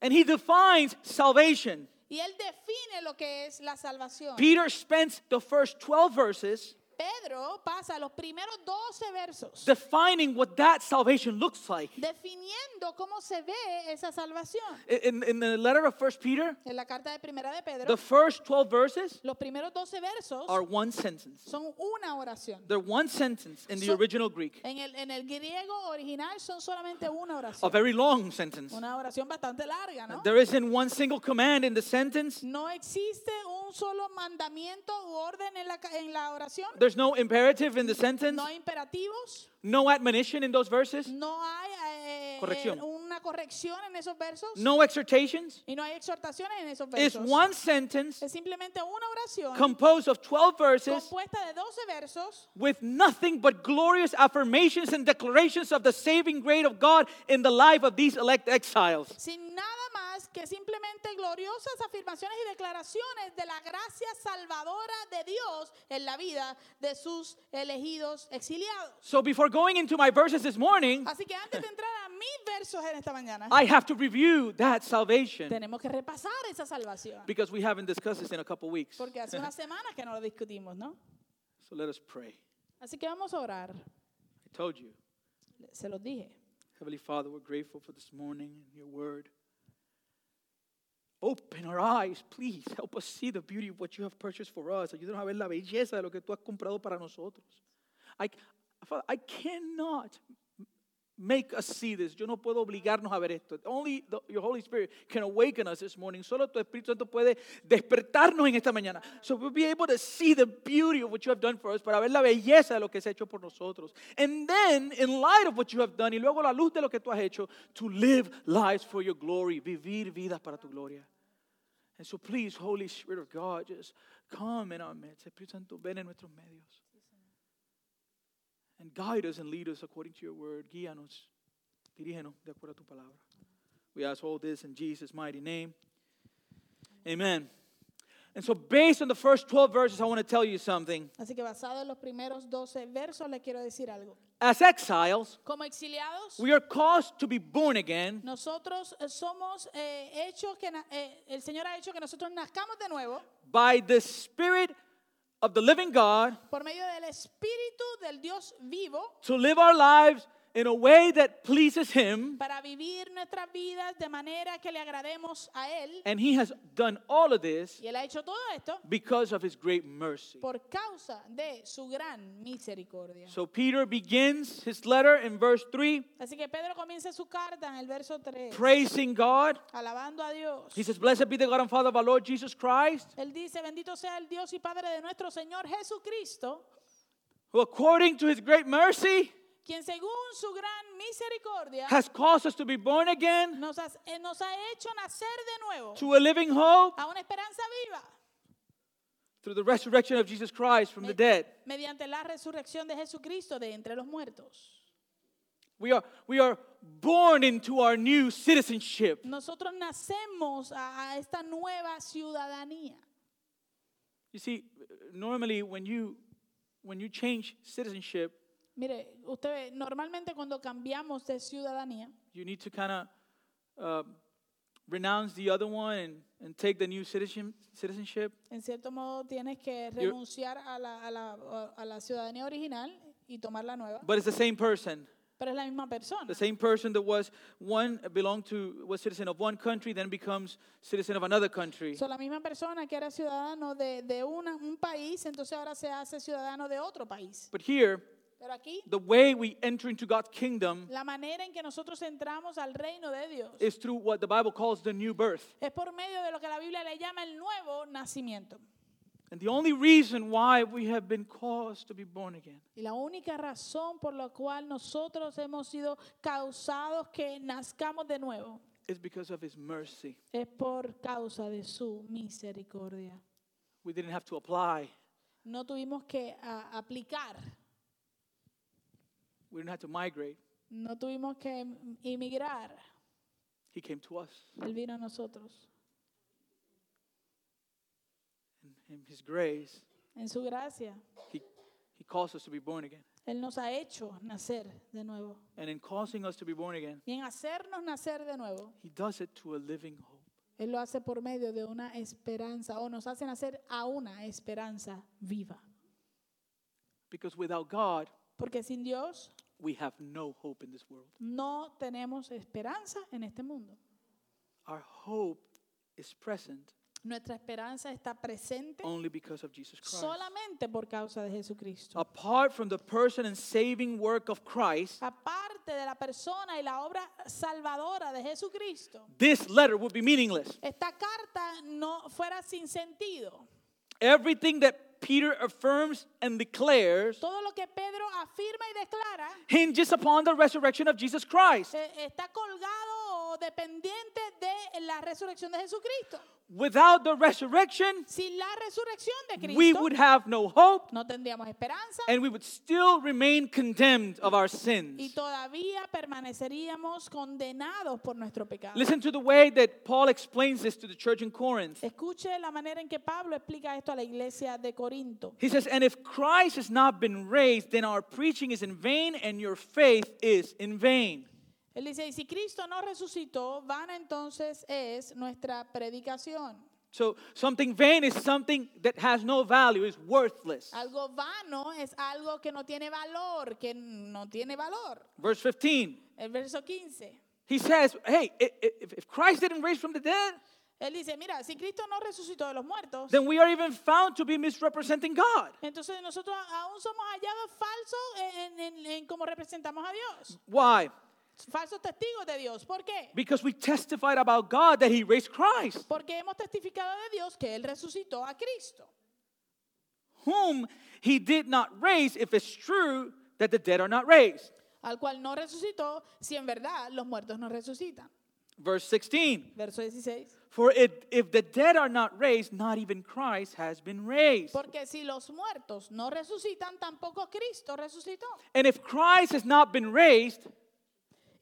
[SPEAKER 1] And he defines salvation.
[SPEAKER 2] Y él define lo que es la salvación.
[SPEAKER 1] Peter spends the first 12 verses
[SPEAKER 2] Pedro pasa los primeros 12 versos
[SPEAKER 1] defining what that salvation looks like.
[SPEAKER 2] definiendo cómo se ve esa salvación.
[SPEAKER 1] In, in the letter of First Peter,
[SPEAKER 2] En la carta de primera de Pedro,
[SPEAKER 1] the first 12 verses
[SPEAKER 2] los primeros 12 versos
[SPEAKER 1] are one sentence.
[SPEAKER 2] son una oración.
[SPEAKER 1] They're one sentence in the
[SPEAKER 2] So-
[SPEAKER 1] original Greek,
[SPEAKER 2] En el, en el griego original son solamente una
[SPEAKER 1] a
[SPEAKER 2] oración.
[SPEAKER 1] very long sentence.
[SPEAKER 2] Una oración bastante larga, ¿no?
[SPEAKER 1] There isn't one single command in the sentence.
[SPEAKER 2] No existe un solo mandamiento u orden en la, ca- en la oración.
[SPEAKER 1] There's no imperative in the sentence,
[SPEAKER 2] No hay imperativos.
[SPEAKER 1] no admonition in those verses,
[SPEAKER 2] No hay eh, eh,
[SPEAKER 1] Corrección.
[SPEAKER 2] una corrección en esos versos.
[SPEAKER 1] no exhortations.
[SPEAKER 2] Y no hay exhortaciones en esos
[SPEAKER 1] It's
[SPEAKER 2] versos.
[SPEAKER 1] one sentence
[SPEAKER 2] Es simplemente una oración
[SPEAKER 1] composed of 12 verses
[SPEAKER 2] compuesta de 12 versos
[SPEAKER 1] with nothing but glorious affirmations and declarations of the saving grace of God in the life of these elect exiles.
[SPEAKER 2] sin nada más que simplemente gloriosas afirmaciones y declaraciones de la gracia salvadora de Dios en la vida de sus elegidos exiliados.
[SPEAKER 1] So before going into my verses this morning,
[SPEAKER 2] Así que antes de entrar a mis versos en esta mañana,
[SPEAKER 1] I have to review that salvation
[SPEAKER 2] tenemos que repasar esa salvación.
[SPEAKER 1] because we haven't discussed this in a couple weeks.
[SPEAKER 2] Porque hace unas semanas que no lo discutimos, ¿no?
[SPEAKER 1] So let us pray.
[SPEAKER 2] Así que vamos a orar.
[SPEAKER 1] I told you,
[SPEAKER 2] Se los dije.
[SPEAKER 1] Heavenly Father, we're grateful for this morning and your word. Open our eyes, please. Help us see the beauty of what you have purchased for us. Ayúdanos a ver la belleza de lo que tú has comprado para nosotros. I, Father, I cannot make us see this. Yo no puedo obligarnos a ver esto. Only the- your Holy Spirit can awaken us this morning. Solo tu Espíritu Santo puede despertarnos en esta mañana. So we'll be able to see the beauty of what you have done for us, para ver la belleza de lo que se ha hecho por nosotros. And then, in light of what you have done, y luego a la luz de lo que tú has hecho, to live lives for your glory, vivir vidas para tu gloria. And so please, Holy Spirit of God, just come in our midst. Espíritu Santo, ven en nuestros medios. And guide us and lead us according to your word. Guíanos, dirígenos de acuerdo a tu palabra. We ask all this in Jesus' mighty name. Amen. And so, based on the first 12 verses, I want to tell you something.
[SPEAKER 2] Así que basado en los primeros 12 versos les quiero decir algo.
[SPEAKER 1] As exiles,
[SPEAKER 2] Como exiliados,
[SPEAKER 1] we are caused to be born again
[SPEAKER 2] Nosotros eh, somos eh, hechos que na- eh, el Señor ha hecho que nosotros nazcamos de nuevo
[SPEAKER 1] by the Spirit of the living God
[SPEAKER 2] por medio del Espíritu del Dios vivo
[SPEAKER 1] to live our lives in a way that pleases Him.
[SPEAKER 2] para vivir nuestras vidas de manera que le agrademos a Él.
[SPEAKER 1] And He has done all of this
[SPEAKER 2] Y Él ha hecho todo esto
[SPEAKER 1] because of His great mercy.
[SPEAKER 2] por causa de su gran misericordia.
[SPEAKER 1] So, Peter begins his letter in verse 3.
[SPEAKER 2] Así que Pedro comienza su carta en el verso 3,
[SPEAKER 1] praising God.
[SPEAKER 2] alabando a Dios.
[SPEAKER 1] He says, Blessed be the God and Father of our Lord Jesus Christ,
[SPEAKER 2] Él dice, bendito sea el Dios y Padre de nuestro Señor Jesucristo,
[SPEAKER 1] who according to his great mercy
[SPEAKER 2] quien según su gran misericordia
[SPEAKER 1] has caused us to be born again
[SPEAKER 2] nos, has- eh, nos ha hecho nacer de nuevo
[SPEAKER 1] to a living hope
[SPEAKER 2] a una esperanza viva
[SPEAKER 1] through the resurrection of Jesus Christ from the dead.
[SPEAKER 2] mediante la resurrección de Jesucristo de entre los muertos.
[SPEAKER 1] We are, we are born into our new citizenship.
[SPEAKER 2] Nosotros nacemos a, a esta nueva ciudadanía.
[SPEAKER 1] You see, normally when you when you change citizenship,
[SPEAKER 2] Mire, usted ve, normalmente cuando cambiamos de ciudadanía,
[SPEAKER 1] you need to kind of uh, renounce the other one and, and take the new citizen, citizenship.
[SPEAKER 2] en cierto modo tienes que renunciar a la, a la- a la ciudadanía original y tomar la nueva.
[SPEAKER 1] But it's the same person.
[SPEAKER 2] Pero es la misma persona.
[SPEAKER 1] The same person that was one belonged to was citizen of one country, then becomes citizen of another country.
[SPEAKER 2] So, la misma persona que era ciudadano de, de una- un país, entonces ahora se hace ciudadano de otro país.
[SPEAKER 1] But here,
[SPEAKER 2] Pero aquí,
[SPEAKER 1] the way we enter into God's kingdom
[SPEAKER 2] la manera en que nosotros entramos al reino de Dios
[SPEAKER 1] is through what the Bible calls the new birth.
[SPEAKER 2] es por medio de lo que la Biblia le llama el nuevo nacimiento.
[SPEAKER 1] And the only reason why we have been caused to be born again
[SPEAKER 2] Y la única razón por la cual nosotros hemos sido causados que nazcamos de nuevo
[SPEAKER 1] is because of His mercy.
[SPEAKER 2] es por causa de su misericordia.
[SPEAKER 1] We didn't have to apply,
[SPEAKER 2] No tuvimos que a, aplicar,
[SPEAKER 1] we didn't have to migrate.
[SPEAKER 2] no tuvimos que em- emigrar.
[SPEAKER 1] He came to us,
[SPEAKER 2] Él vino a nosotros.
[SPEAKER 1] and in His grace,
[SPEAKER 2] En su gracia,
[SPEAKER 1] He, he calls us to be born again.
[SPEAKER 2] Él nos ha hecho nacer de nuevo.
[SPEAKER 1] And in causing us to be born again,
[SPEAKER 2] Y en hacernos nacer de nuevo,
[SPEAKER 1] He does it to a living hope.
[SPEAKER 2] Él lo hace por medio de una esperanza o nos hace nacer a una esperanza viva.
[SPEAKER 1] Because without God,
[SPEAKER 2] Porque sin Dios
[SPEAKER 1] we have no hope in this world.
[SPEAKER 2] no tenemos esperanza en este mundo.
[SPEAKER 1] Our hope is present
[SPEAKER 2] Nuestra esperanza está presente
[SPEAKER 1] only because of Jesus Oh, Christ. Oh.
[SPEAKER 2] solamente por causa de Jesucristo.
[SPEAKER 1] Apart from the person and saving work of Christ,
[SPEAKER 2] Aparte de la persona y la obra salvadora de Jesucristo,
[SPEAKER 1] this letter would be meaningless.
[SPEAKER 2] esta carta no fuera sin sentido.
[SPEAKER 1] Everything that Peter affirms and declares
[SPEAKER 2] Todo lo que Pedro afirma y declara
[SPEAKER 1] hinges upon the resurrection of Jesus Christ.
[SPEAKER 2] eh, está colgado o dependiente de la resurrección de Jesucristo.
[SPEAKER 1] Without the resurrection,
[SPEAKER 2] Sin la resurrección de
[SPEAKER 1] we
[SPEAKER 2] Cristo
[SPEAKER 1] would have no hope
[SPEAKER 2] no tendríamos esperanza
[SPEAKER 1] and we would still remain condemned of our
[SPEAKER 2] y
[SPEAKER 1] sins.
[SPEAKER 2] todavía permaneceríamos condenados por nuestro pecado.
[SPEAKER 1] Listen to the way that Paul explains this to the church in Corinth.
[SPEAKER 2] Escuche la manera en que Pablo explica esto a la iglesia de Corinto.
[SPEAKER 1] He says, And if Christ has not been raised, then our preaching is in vain and your faith is in vain.
[SPEAKER 2] Él dice, y si Cristo no resucitó, vana entonces es nuestra predicación.
[SPEAKER 1] So, something vain is something that has no value, is worthless.
[SPEAKER 2] Algo vano es algo que no tiene valor, que no tiene valor.
[SPEAKER 1] Verse 15.
[SPEAKER 2] El verso 15.
[SPEAKER 1] He says, hey, i- i- if, if Christ didn't raise from the dead,
[SPEAKER 2] Él dice, mira, si Cristo no resucitó de los muertos,
[SPEAKER 1] then we are even found to be misrepresenting God.
[SPEAKER 2] entonces nosotros aún somos hallados falsos en, en- en cómo representamos a Dios.
[SPEAKER 1] Why?
[SPEAKER 2] Falsos testigos de Dios. ¿Por qué?
[SPEAKER 1] Because we testified about God that He raised Christ,
[SPEAKER 2] Porque hemos testificado de Dios que Él resucitó a Cristo.
[SPEAKER 1] whom He did not raise, if it's true that the dead are not raised.
[SPEAKER 2] al cual no resucitó, si en verdad los muertos no resucitan.
[SPEAKER 1] Verse 16
[SPEAKER 2] Verso 16.
[SPEAKER 1] For it, if the dead are not raised, not even Christ has been raised.
[SPEAKER 2] Porque si los muertos no resucitan, tampoco Cristo resucitó.
[SPEAKER 1] And if Christ has not been raised,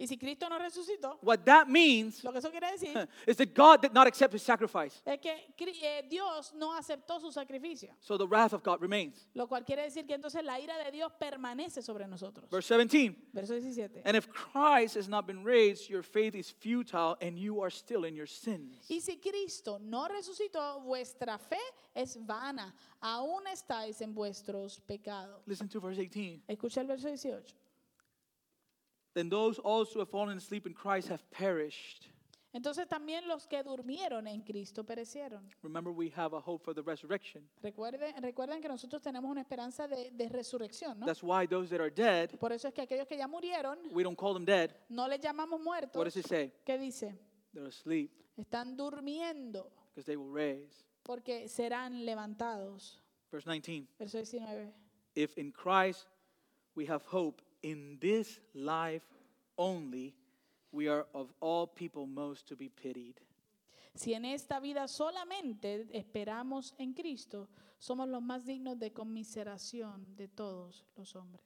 [SPEAKER 2] Y si Cristo no resucitó,
[SPEAKER 1] what that means
[SPEAKER 2] lo que eso quiere decir
[SPEAKER 1] is that God did not accept His sacrifice.
[SPEAKER 2] es que Cri- eh, Dios no aceptó su sacrificio,
[SPEAKER 1] So the wrath of God remains.
[SPEAKER 2] lo cual quiere decir que entonces la ira de Dios permanece sobre nosotros.
[SPEAKER 1] Verse 17
[SPEAKER 2] Verso 17.
[SPEAKER 1] And if Christ has not been raised, your faith is futile and you are still in your sins.
[SPEAKER 2] Y si Cristo no resucitó, vuestra fe es vana, aún estáis en vuestros pecados.
[SPEAKER 1] Listen to verse 18.
[SPEAKER 2] Escucha el verso 18.
[SPEAKER 1] Then those also who have fallen asleep in Christ have perished.
[SPEAKER 2] Entonces también los que durmieron en Cristo perecieron.
[SPEAKER 1] Remember, we have a hope for the resurrection.
[SPEAKER 2] Recuerden, recuerden que nosotros tenemos una esperanza de, de resurrección, ¿no?
[SPEAKER 1] That's why those that are dead,
[SPEAKER 2] Por eso es que aquellos que ya murieron,
[SPEAKER 1] we don't call them dead.
[SPEAKER 2] no les llamamos
[SPEAKER 1] What does
[SPEAKER 2] muertos.
[SPEAKER 1] it say?
[SPEAKER 2] ¿Qué dice?
[SPEAKER 1] They're asleep
[SPEAKER 2] Están durmiendo
[SPEAKER 1] because they will raise.
[SPEAKER 2] porque serán levantados.
[SPEAKER 1] Verse 19.
[SPEAKER 2] Verso 19.
[SPEAKER 1] If in Christ we have hope in this life only, we are of all people most to be pitied.
[SPEAKER 2] Si en esta vida solamente esperamos en Cristo, somos los más dignos de conmiseración de todos los hombres.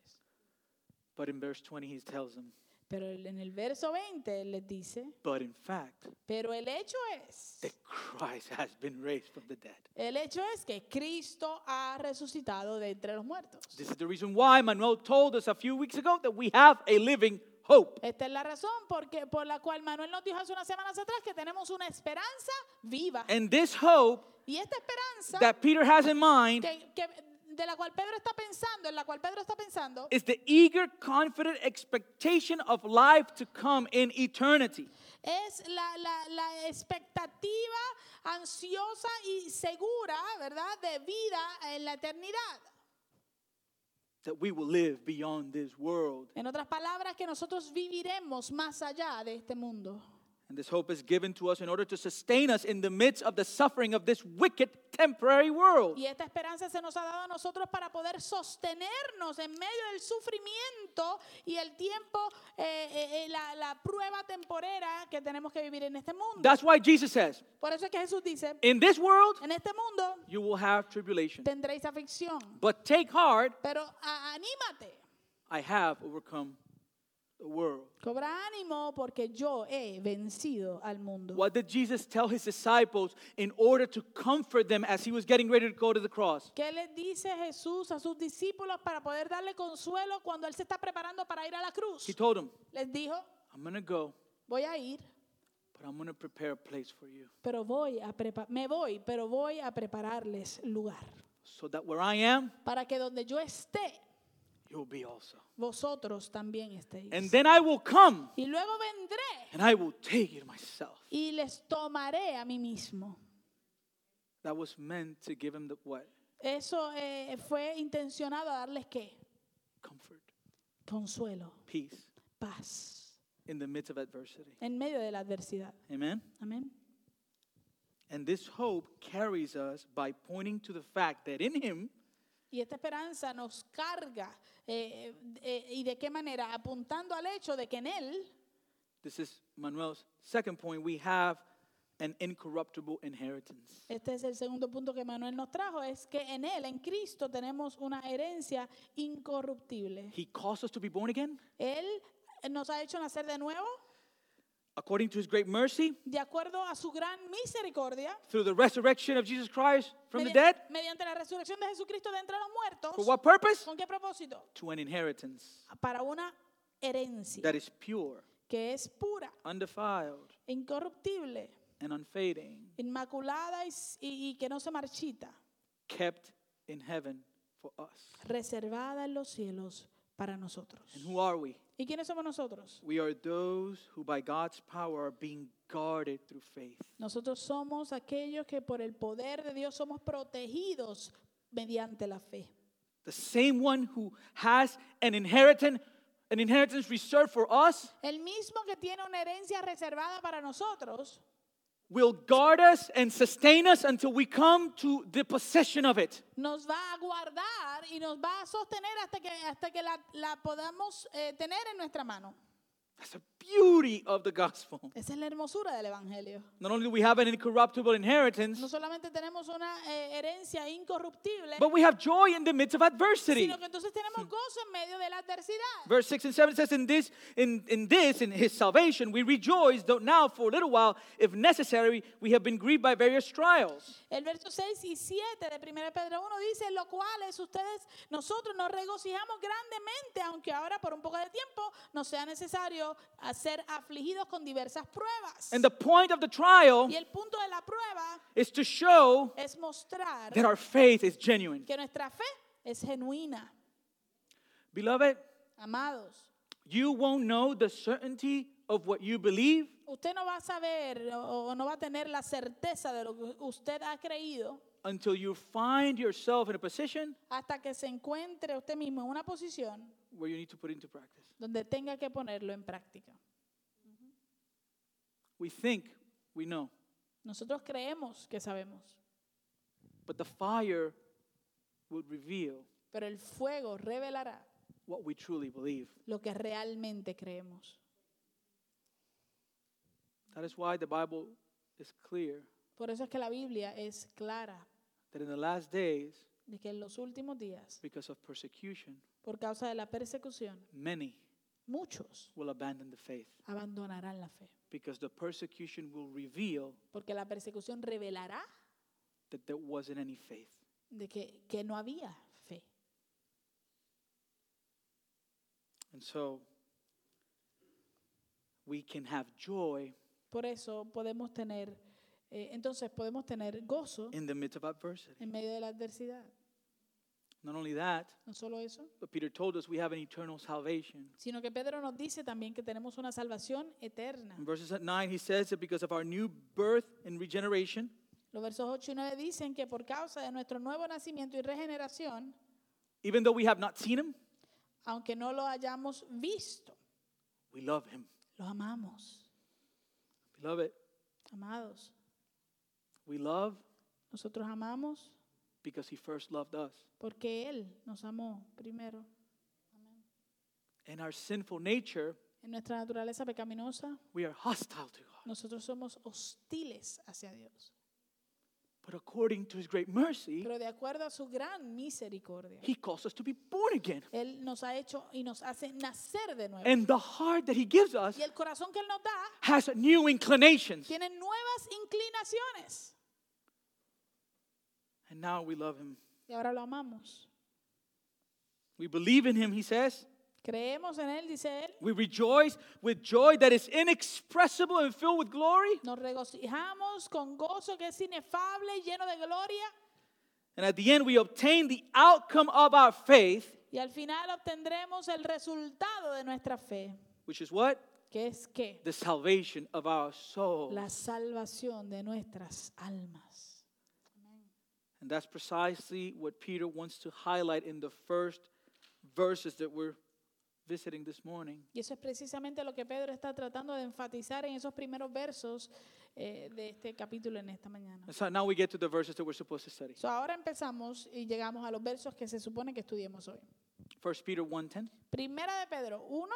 [SPEAKER 1] But in verse 20, he tells them,
[SPEAKER 2] Pero el- en el verso 20 él les dice,
[SPEAKER 1] But in fact,
[SPEAKER 2] pero el hecho es,
[SPEAKER 1] that Christ has been raised from the dead.
[SPEAKER 2] el hecho es que Cristo ha resucitado de entre los muertos.
[SPEAKER 1] This is the reason why Manuel told us a few weeks ago that we have a living hope.
[SPEAKER 2] Esta es la razón porque, por la cual Manuel nos dijo hace unas semanas atrás que tenemos una esperanza viva.
[SPEAKER 1] And this hope
[SPEAKER 2] Y esta esperanza
[SPEAKER 1] that Peter has in mind
[SPEAKER 2] que- que- de la cual Pedro está pensando, en la cual Pedro está pensando,
[SPEAKER 1] is the eager, confident expectation of life to come in eternity.
[SPEAKER 2] es la, la- la expectativa ansiosa y segura, ¿verdad?, de vida en la eternidad.
[SPEAKER 1] That we will live beyond this world.
[SPEAKER 2] En otras palabras, que nosotros viviremos más allá de este mundo.
[SPEAKER 1] And this hope is given to us in order to sustain us in the midst of the suffering of this wicked temporary world.
[SPEAKER 2] Y esta esperanza se nos ha dado a nosotros para poder sostenernos en medio del sufrimiento y el tiempo, eh, eh, eh, la, la prueba temporera que tenemos que vivir en este mundo.
[SPEAKER 1] That's why Jesus says,
[SPEAKER 2] Por eso es que Jesús dice,
[SPEAKER 1] In this world,
[SPEAKER 2] en este mundo
[SPEAKER 1] you will have tribulation.
[SPEAKER 2] tendréis aflicción,
[SPEAKER 1] But take heart,
[SPEAKER 2] pero a- anímate,
[SPEAKER 1] I have overcome the world.
[SPEAKER 2] cobra ánimo porque yo he vencido al mundo.
[SPEAKER 1] What did Jesus tell his disciples in order to comfort them as he was getting ready to go to the cross?
[SPEAKER 2] ¿Qué les dice Jesús a sus discípulos para poder darle consuelo cuando Él se está preparando para ir a la cruz?
[SPEAKER 1] He told them,
[SPEAKER 2] Les dijo,
[SPEAKER 1] I'm going to go,
[SPEAKER 2] voy a ir,
[SPEAKER 1] but I'm going to prepare a place for you
[SPEAKER 2] pero voy a prepa- me voy, pero voy a prepararles lugar
[SPEAKER 1] so that where I am,
[SPEAKER 2] para que donde yo esté,
[SPEAKER 1] you'll be also.
[SPEAKER 2] vosotros también estéis.
[SPEAKER 1] And then I will come
[SPEAKER 2] y luego vendré
[SPEAKER 1] and I will take you to myself.
[SPEAKER 2] y les tomaré a mí mismo.
[SPEAKER 1] That was meant to give him the what?
[SPEAKER 2] Eso eh, fue intencionado a darles qué?
[SPEAKER 1] Comfort,
[SPEAKER 2] Consuelo,
[SPEAKER 1] peace
[SPEAKER 2] paz,
[SPEAKER 1] in the midst of adversity.
[SPEAKER 2] en medio de la adversidad.
[SPEAKER 1] Amen?
[SPEAKER 2] Amén.
[SPEAKER 1] And this hope carries us by pointing to the fact that in him,
[SPEAKER 2] Y esta esperanza nos carga. eh, eh, ¿Y de qué manera? Apuntando al hecho de que en Él,
[SPEAKER 1] This is Manuel's second point. We have an incorruptible inheritance.
[SPEAKER 2] este es el segundo punto que Manuel nos trajo, es que en Él, en Cristo, tenemos una herencia incorruptible.
[SPEAKER 1] He calls us to be born again
[SPEAKER 2] Él nos ha hecho nacer de nuevo,
[SPEAKER 1] according to his great mercy
[SPEAKER 2] de acuerdo a su gran misericordia,
[SPEAKER 1] through the resurrection of Jesus Christ from the
[SPEAKER 2] mediante,
[SPEAKER 1] dead.
[SPEAKER 2] mediante la resurrección de Jesucristo de entre los muertos.
[SPEAKER 1] For what purpose?
[SPEAKER 2] ¿Con qué propósito?
[SPEAKER 1] To an inheritance
[SPEAKER 2] Para una herencia
[SPEAKER 1] that is pure,
[SPEAKER 2] que es pura,
[SPEAKER 1] undefiled,
[SPEAKER 2] incorruptible,
[SPEAKER 1] and unfading,
[SPEAKER 2] inmaculada y s- y- y que no se marchita.
[SPEAKER 1] kept in heaven for us.
[SPEAKER 2] reservada en los cielos para nosotros.
[SPEAKER 1] And who are we?
[SPEAKER 2] ¿Y quiénes somos nosotros?
[SPEAKER 1] We are those who, by God's power, are being guarded through faith.
[SPEAKER 2] Nosotros somos aquellos que por el poder de Dios somos protegidos mediante la fe.
[SPEAKER 1] The same one who has an inheritance, an inheritance reserved for us,
[SPEAKER 2] El mismo que tiene una herencia reservada para nosotros
[SPEAKER 1] will guard us and sustain us until we come to the possession of it.
[SPEAKER 2] nos va a guardar y nos va a sostener hasta que, hasta que la, la podamos eh, tener en nuestra mano.
[SPEAKER 1] That's the beauty of the gospel.
[SPEAKER 2] Esa es la hermosura del Evangelio.
[SPEAKER 1] Not only do we have an incorruptible
[SPEAKER 2] No
[SPEAKER 1] inheritance,
[SPEAKER 2] solamente tenemos una eh, herencia incorruptible,
[SPEAKER 1] but we have joy in the midst of adversity.
[SPEAKER 2] sino que entonces tenemos gozo en medio de la adversidad.
[SPEAKER 1] Verse 6 and 7 says, In this, in, in this, in his salvation, we rejoice, though now for a little while, if necessary, we have been grieved by various trials.
[SPEAKER 2] El verso 6 y 7 de 1 Pedro 1 dice, lo cual es ustedes, nosotros nos regocijamos grandemente, aunque ahora por un poco de tiempo nos sea necesario ser afligidos con diversas pruebas.
[SPEAKER 1] And the point of the trial
[SPEAKER 2] Y el punto de la prueba
[SPEAKER 1] is to show
[SPEAKER 2] es mostrar
[SPEAKER 1] that our faith is genuine.
[SPEAKER 2] que nuestra fe es genuina.
[SPEAKER 1] Beloved,
[SPEAKER 2] Amados,
[SPEAKER 1] you won't know the certainty of what you believe
[SPEAKER 2] usted no va a saber o o no va a tener la certeza de lo que usted ha creído
[SPEAKER 1] until you find yourself in a position
[SPEAKER 2] hasta que se encuentre usted mismo en una posición
[SPEAKER 1] where you need to put it into practice.
[SPEAKER 2] donde tenga que ponerlo en práctica.
[SPEAKER 1] We think we know,
[SPEAKER 2] Nosotros creemos que sabemos.
[SPEAKER 1] but the fire would reveal
[SPEAKER 2] pero el fuego revelará
[SPEAKER 1] what we truly believe.
[SPEAKER 2] lo que realmente creemos.
[SPEAKER 1] That is why the Bible is clear
[SPEAKER 2] Por eso es que la Biblia es clara
[SPEAKER 1] that in the last days,
[SPEAKER 2] de que en los últimos días,
[SPEAKER 1] because of persecution,
[SPEAKER 2] por causa de la persecución,
[SPEAKER 1] many
[SPEAKER 2] muchos
[SPEAKER 1] will abandon the faith
[SPEAKER 2] abandonarán la fe,
[SPEAKER 1] because the persecution will reveal
[SPEAKER 2] porque la persecución revelará
[SPEAKER 1] that there wasn't any faith.
[SPEAKER 2] de que, que no había fe.
[SPEAKER 1] And so we can have joy
[SPEAKER 2] Por eso podemos tener, eh, entonces podemos tener gozo
[SPEAKER 1] in the midst of adversity.
[SPEAKER 2] en medio de la adversidad.
[SPEAKER 1] Not only that,
[SPEAKER 2] No solo eso,
[SPEAKER 1] but Peter told us we have an eternal salvation.
[SPEAKER 2] sino que Pedro nos dice también que tenemos una salvación eterna.
[SPEAKER 1] In verses 9, he says that because of our new birth and regeneration,
[SPEAKER 2] Los versos 8 y 9 dicen que por causa de nuestro nuevo nacimiento y regeneración,
[SPEAKER 1] even though we have not seen him,
[SPEAKER 2] aunque no lo hayamos visto,
[SPEAKER 1] we love him.
[SPEAKER 2] lo amamos.
[SPEAKER 1] Beloved,
[SPEAKER 2] Amados,
[SPEAKER 1] we love
[SPEAKER 2] nosotros amamos
[SPEAKER 1] because he first loved us.
[SPEAKER 2] porque Él nos amó primero.
[SPEAKER 1] In our sinful nature,
[SPEAKER 2] En nuestra naturaleza pecaminosa,
[SPEAKER 1] we are hostile to God.
[SPEAKER 2] nosotros somos hostiles hacia Dios.
[SPEAKER 1] But according to his great mercy,
[SPEAKER 2] Pero de acuerdo a su gran misericordia,
[SPEAKER 1] he calls us to be born again.
[SPEAKER 2] Él nos ha hecho y nos hace nacer de nuevo.
[SPEAKER 1] And the heart that he gives us
[SPEAKER 2] Y el corazón que Él nos da
[SPEAKER 1] has new inclinations.
[SPEAKER 2] tiene nuevas inclinaciones.
[SPEAKER 1] And now we love him.
[SPEAKER 2] Y ahora lo amamos.
[SPEAKER 1] We believe in him, he says.
[SPEAKER 2] Creemos en Él, dice Él.
[SPEAKER 1] We rejoice with joy that is inexpressible and filled with glory.
[SPEAKER 2] Nos regocijamos con gozo que es inefable y lleno de gloria.
[SPEAKER 1] And at the end, we obtain the outcome of our faith,
[SPEAKER 2] Y al final obtendremos el resultado de nuestra fe,
[SPEAKER 1] which is what?
[SPEAKER 2] que es que
[SPEAKER 1] The salvation of our soul.
[SPEAKER 2] la salvación de nuestras almas.
[SPEAKER 1] And that's precisely what Peter wants to highlight in the first verses that we're visiting this morning.
[SPEAKER 2] Y eso es precisamente lo que Pedro está tratando de enfatizar en esos primeros versos eh, de este capítulo en esta mañana.
[SPEAKER 1] And so now we get to the verses that we're supposed to study.
[SPEAKER 2] So, ahora empezamos y llegamos a los versos que se supone que estudiemos hoy.
[SPEAKER 1] First Peter 1:10.
[SPEAKER 2] Primera de Pedro 1,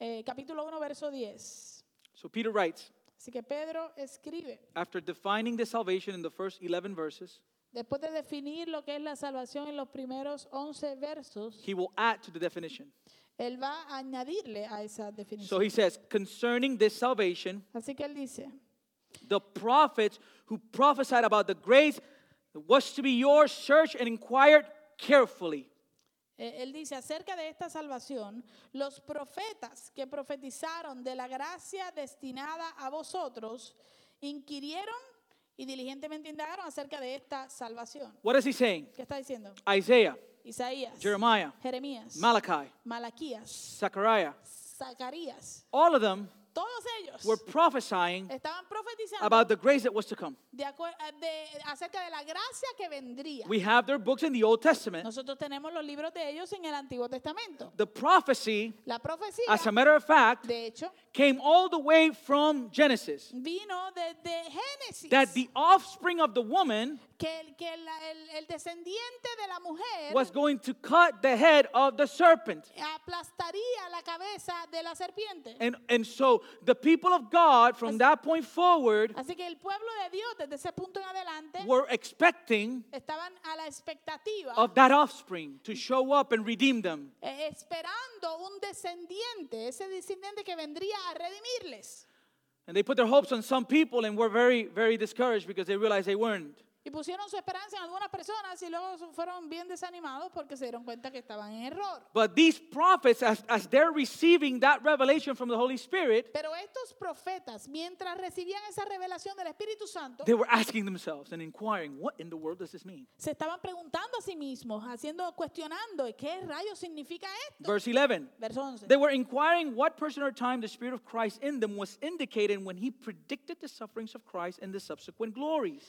[SPEAKER 2] eh, capítulo 1, verso 10.
[SPEAKER 1] So Peter writes,
[SPEAKER 2] Así que Pedro escribe,
[SPEAKER 1] after defining the salvation in the first 11 verses,
[SPEAKER 2] después de definir lo que es la salvación en los primeros 11 versos,
[SPEAKER 1] he will add to the definition.
[SPEAKER 2] él va a añadirle a esa
[SPEAKER 1] So
[SPEAKER 2] definición.
[SPEAKER 1] he says, concerning this salvation,
[SPEAKER 2] Así que él dice,
[SPEAKER 1] the prophets who prophesied about the grace that was to be yours searched and inquired carefully.
[SPEAKER 2] eh, él dice acerca de esta salvación, los profetas que profetizaron de la gracia destinada a vosotros, inquirieron y diligentemente indagaron acerca de esta salvación.
[SPEAKER 1] What is he saying?
[SPEAKER 2] ¿Qué está diciendo?
[SPEAKER 1] Isaiah,
[SPEAKER 2] Isaías,
[SPEAKER 1] Jeremiah,
[SPEAKER 2] Jeremías,
[SPEAKER 1] Malachi,
[SPEAKER 2] Malaquías,
[SPEAKER 1] Zechariah,
[SPEAKER 2] Zacarías,
[SPEAKER 1] all of them
[SPEAKER 2] todos ellos
[SPEAKER 1] were prophesying
[SPEAKER 2] estaban profetizando
[SPEAKER 1] about the grace that was to come.
[SPEAKER 2] de acuer- eh, de- acerca de la gracia que vendría.
[SPEAKER 1] We have their books in the Old Testament.
[SPEAKER 2] Nosotros tenemos los libros de ellos en el Antiguo Testamento.
[SPEAKER 1] The prophecy,
[SPEAKER 2] La profecía,
[SPEAKER 1] as a matter of fact,
[SPEAKER 2] de hecho,
[SPEAKER 1] came all the way from Genesis
[SPEAKER 2] vino desde Génesis,
[SPEAKER 1] that the offspring of the woman
[SPEAKER 2] que, el, que la- el- el descendiente de la mujer
[SPEAKER 1] was going to cut the head of the serpent.
[SPEAKER 2] aplastaría la cabeza de la serpiente.
[SPEAKER 1] And, and so the people of God from that point forward
[SPEAKER 2] Así que el pueblo de Dios desde ese punto en adelante
[SPEAKER 1] were expecting
[SPEAKER 2] estaban a la expectativa,
[SPEAKER 1] of that offspring to show up and redeem them.
[SPEAKER 2] eh, esperando un descendiente, ese descendiente que vendría a redimirles.
[SPEAKER 1] And they put their hopes on some people and were very, very discouraged because they realized they weren't.
[SPEAKER 2] Y pusieron su esperanza en algunas personas y luego su- fueron bien desanimados porque se dieron cuenta que estaban en error.
[SPEAKER 1] But these prophets, as, as they're receiving that revelation from the Holy Spirit,
[SPEAKER 2] Pero estos profetas, mientras recibían esa revelación del Espíritu Santo,
[SPEAKER 1] they were asking themselves and inquiring, what in the world does this mean?
[SPEAKER 2] se estaban preguntando a sí mismos, haciendo, cuestionando, ¿qué rayos significa esto?
[SPEAKER 1] Verse 11.
[SPEAKER 2] Verso 11.
[SPEAKER 1] They were inquiring what person or time the Spirit of Christ in them was indicated when he predicted the sufferings of Christ and the subsequent glories.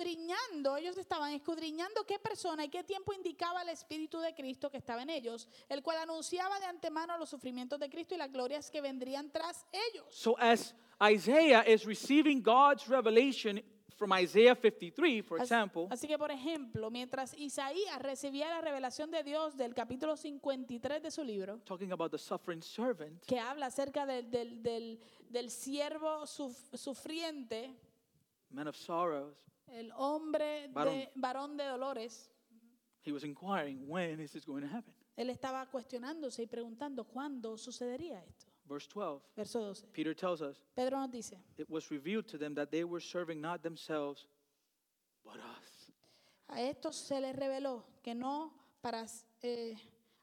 [SPEAKER 2] Escudriñando, ellos estaban escudriñando qué persona y qué tiempo indicaba el Espíritu de Cristo que estaba en ellos, el cual anunciaba de antemano los sufrimientos de Cristo y las glorias que vendrían tras ellos.
[SPEAKER 1] So, as Isaiah is receiving God's revelation from Isaiah 53, for
[SPEAKER 2] As-
[SPEAKER 1] example,
[SPEAKER 2] Así que, por ejemplo, mientras Isaías recibía la revelación de Dios del capítulo 53 de su libro,
[SPEAKER 1] talking about the suffering servant,
[SPEAKER 2] que habla acerca del, del, del- del siervo suf- sufriente,
[SPEAKER 1] man of sorrows,
[SPEAKER 2] el hombre de-
[SPEAKER 1] Varón.
[SPEAKER 2] varón de dolores,
[SPEAKER 1] he was inquiring, when is this going to happen?
[SPEAKER 2] Él estaba cuestionándose y preguntando cuándo sucedería esto.
[SPEAKER 1] Verse 12,
[SPEAKER 2] Verso 12.
[SPEAKER 1] Peter tells us
[SPEAKER 2] Pedro nos dice,
[SPEAKER 1] it was revealed to them that they were serving not themselves, but us.
[SPEAKER 2] a esto se les reveló que no para eh,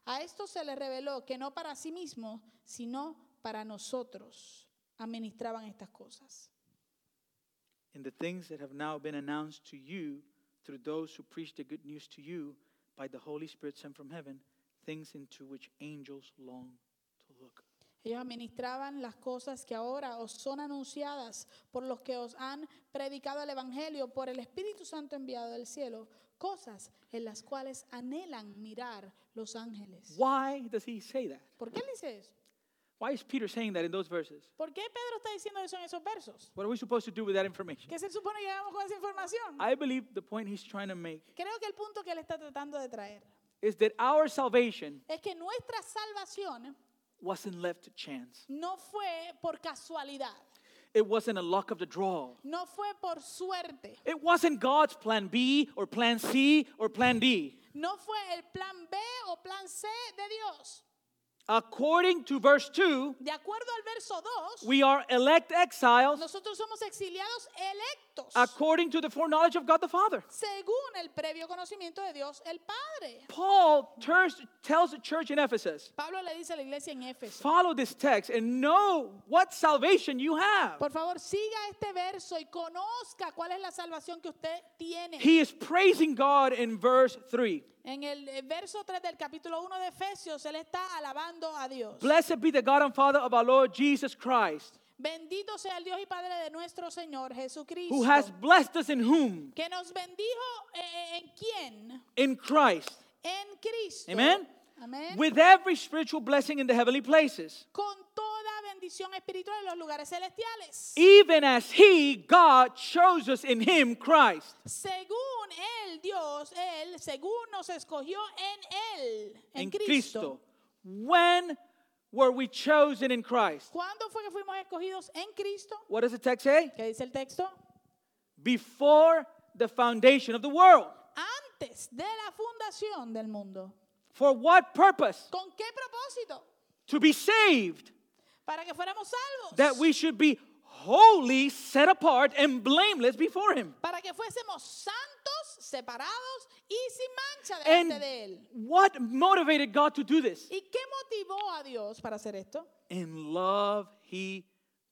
[SPEAKER 2] a esto se les reveló que no para sí mismos, sino para nosotros administraban estas cosas.
[SPEAKER 1] In the things that have now been announced to you through those who preach the good news to you by the Holy Spirit sent from heaven, things into which angels long to look.
[SPEAKER 2] Ellos administraban las cosas que ahora os son anunciadas por los que os han predicado el Evangelio por el Espíritu Santo enviado del cielo, cosas en las cuales anhelan mirar los ángeles.
[SPEAKER 1] Why does he say that?
[SPEAKER 2] ¿Por qué él dice eso?
[SPEAKER 1] Why is Peter saying that in those verses?
[SPEAKER 2] ¿Por qué Pedro está diciendo eso en esos versos?
[SPEAKER 1] What are we supposed to do with that information?
[SPEAKER 2] ¿Qué se supone que hagamos con esa información?
[SPEAKER 1] I believe the point he's trying to make
[SPEAKER 2] Creo que el punto que él está tratando de traer
[SPEAKER 1] is that our salvation
[SPEAKER 2] es que nuestra salvación
[SPEAKER 1] wasn't left to chance.
[SPEAKER 2] no fue por casualidad,
[SPEAKER 1] It wasn't a luck of the draw.
[SPEAKER 2] no fue por suerte,
[SPEAKER 1] It wasn't God's plan B or plan C or plan D.
[SPEAKER 2] no fue el plan B o plan C de Dios.
[SPEAKER 1] According to verse 2,
[SPEAKER 2] De acuerdo al verso 2,
[SPEAKER 1] we are elect exiles
[SPEAKER 2] nosotros somos exiliados electos
[SPEAKER 1] according to the foreknowledge of God the Father.
[SPEAKER 2] según el previo conocimiento de Dios el Padre.
[SPEAKER 1] Paul turns, tells the church in Ephesus,
[SPEAKER 2] Pablo le dice a la iglesia en Éfeso,
[SPEAKER 1] follow this text and know what salvation you have.
[SPEAKER 2] por favor siga este verso y conozca cuál es la salvación que usted tiene.
[SPEAKER 1] He is praising God in verse 3.
[SPEAKER 2] En el eh, verso 3 del capítulo 1 de Efesios, él está alabando a Dios.
[SPEAKER 1] Blessed be the God and Father of our Lord Jesus Christ,
[SPEAKER 2] Bendito sea el Dios y Padre de nuestro Señor Jesucristo,
[SPEAKER 1] who has blessed us in whom?
[SPEAKER 2] que nos bendijo eh, eh, en quién?
[SPEAKER 1] In Christ.
[SPEAKER 2] En Cristo.
[SPEAKER 1] Amen?
[SPEAKER 2] Amén.
[SPEAKER 1] With every spiritual blessing in the heavenly places,
[SPEAKER 2] Con toda bendición espiritual en los lugares celestiales.
[SPEAKER 1] even as He, God, chose us in Him, Christ.
[SPEAKER 2] según él, Dios, él, según nos escogió en él, en,
[SPEAKER 1] in When were we chosen in Christ?
[SPEAKER 2] ¿Cuándo fue que fuimos escogidos en Cristo?
[SPEAKER 1] What does the text say?
[SPEAKER 2] ¿Qué dice el texto?
[SPEAKER 1] Before the foundation of the world.
[SPEAKER 2] Antes de la fundación del mundo.
[SPEAKER 1] For what purpose?
[SPEAKER 2] ¿Con qué propósito?
[SPEAKER 1] To be saved,
[SPEAKER 2] Para que fuéramos salvos.
[SPEAKER 1] that we should be wholly set apart and blameless before Him.
[SPEAKER 2] para que fuésemos santos, separados y sin mancha delante de
[SPEAKER 1] And
[SPEAKER 2] él.
[SPEAKER 1] what motivated God to do this?
[SPEAKER 2] ¿Y qué motivó a Dios para hacer esto?
[SPEAKER 1] In love, He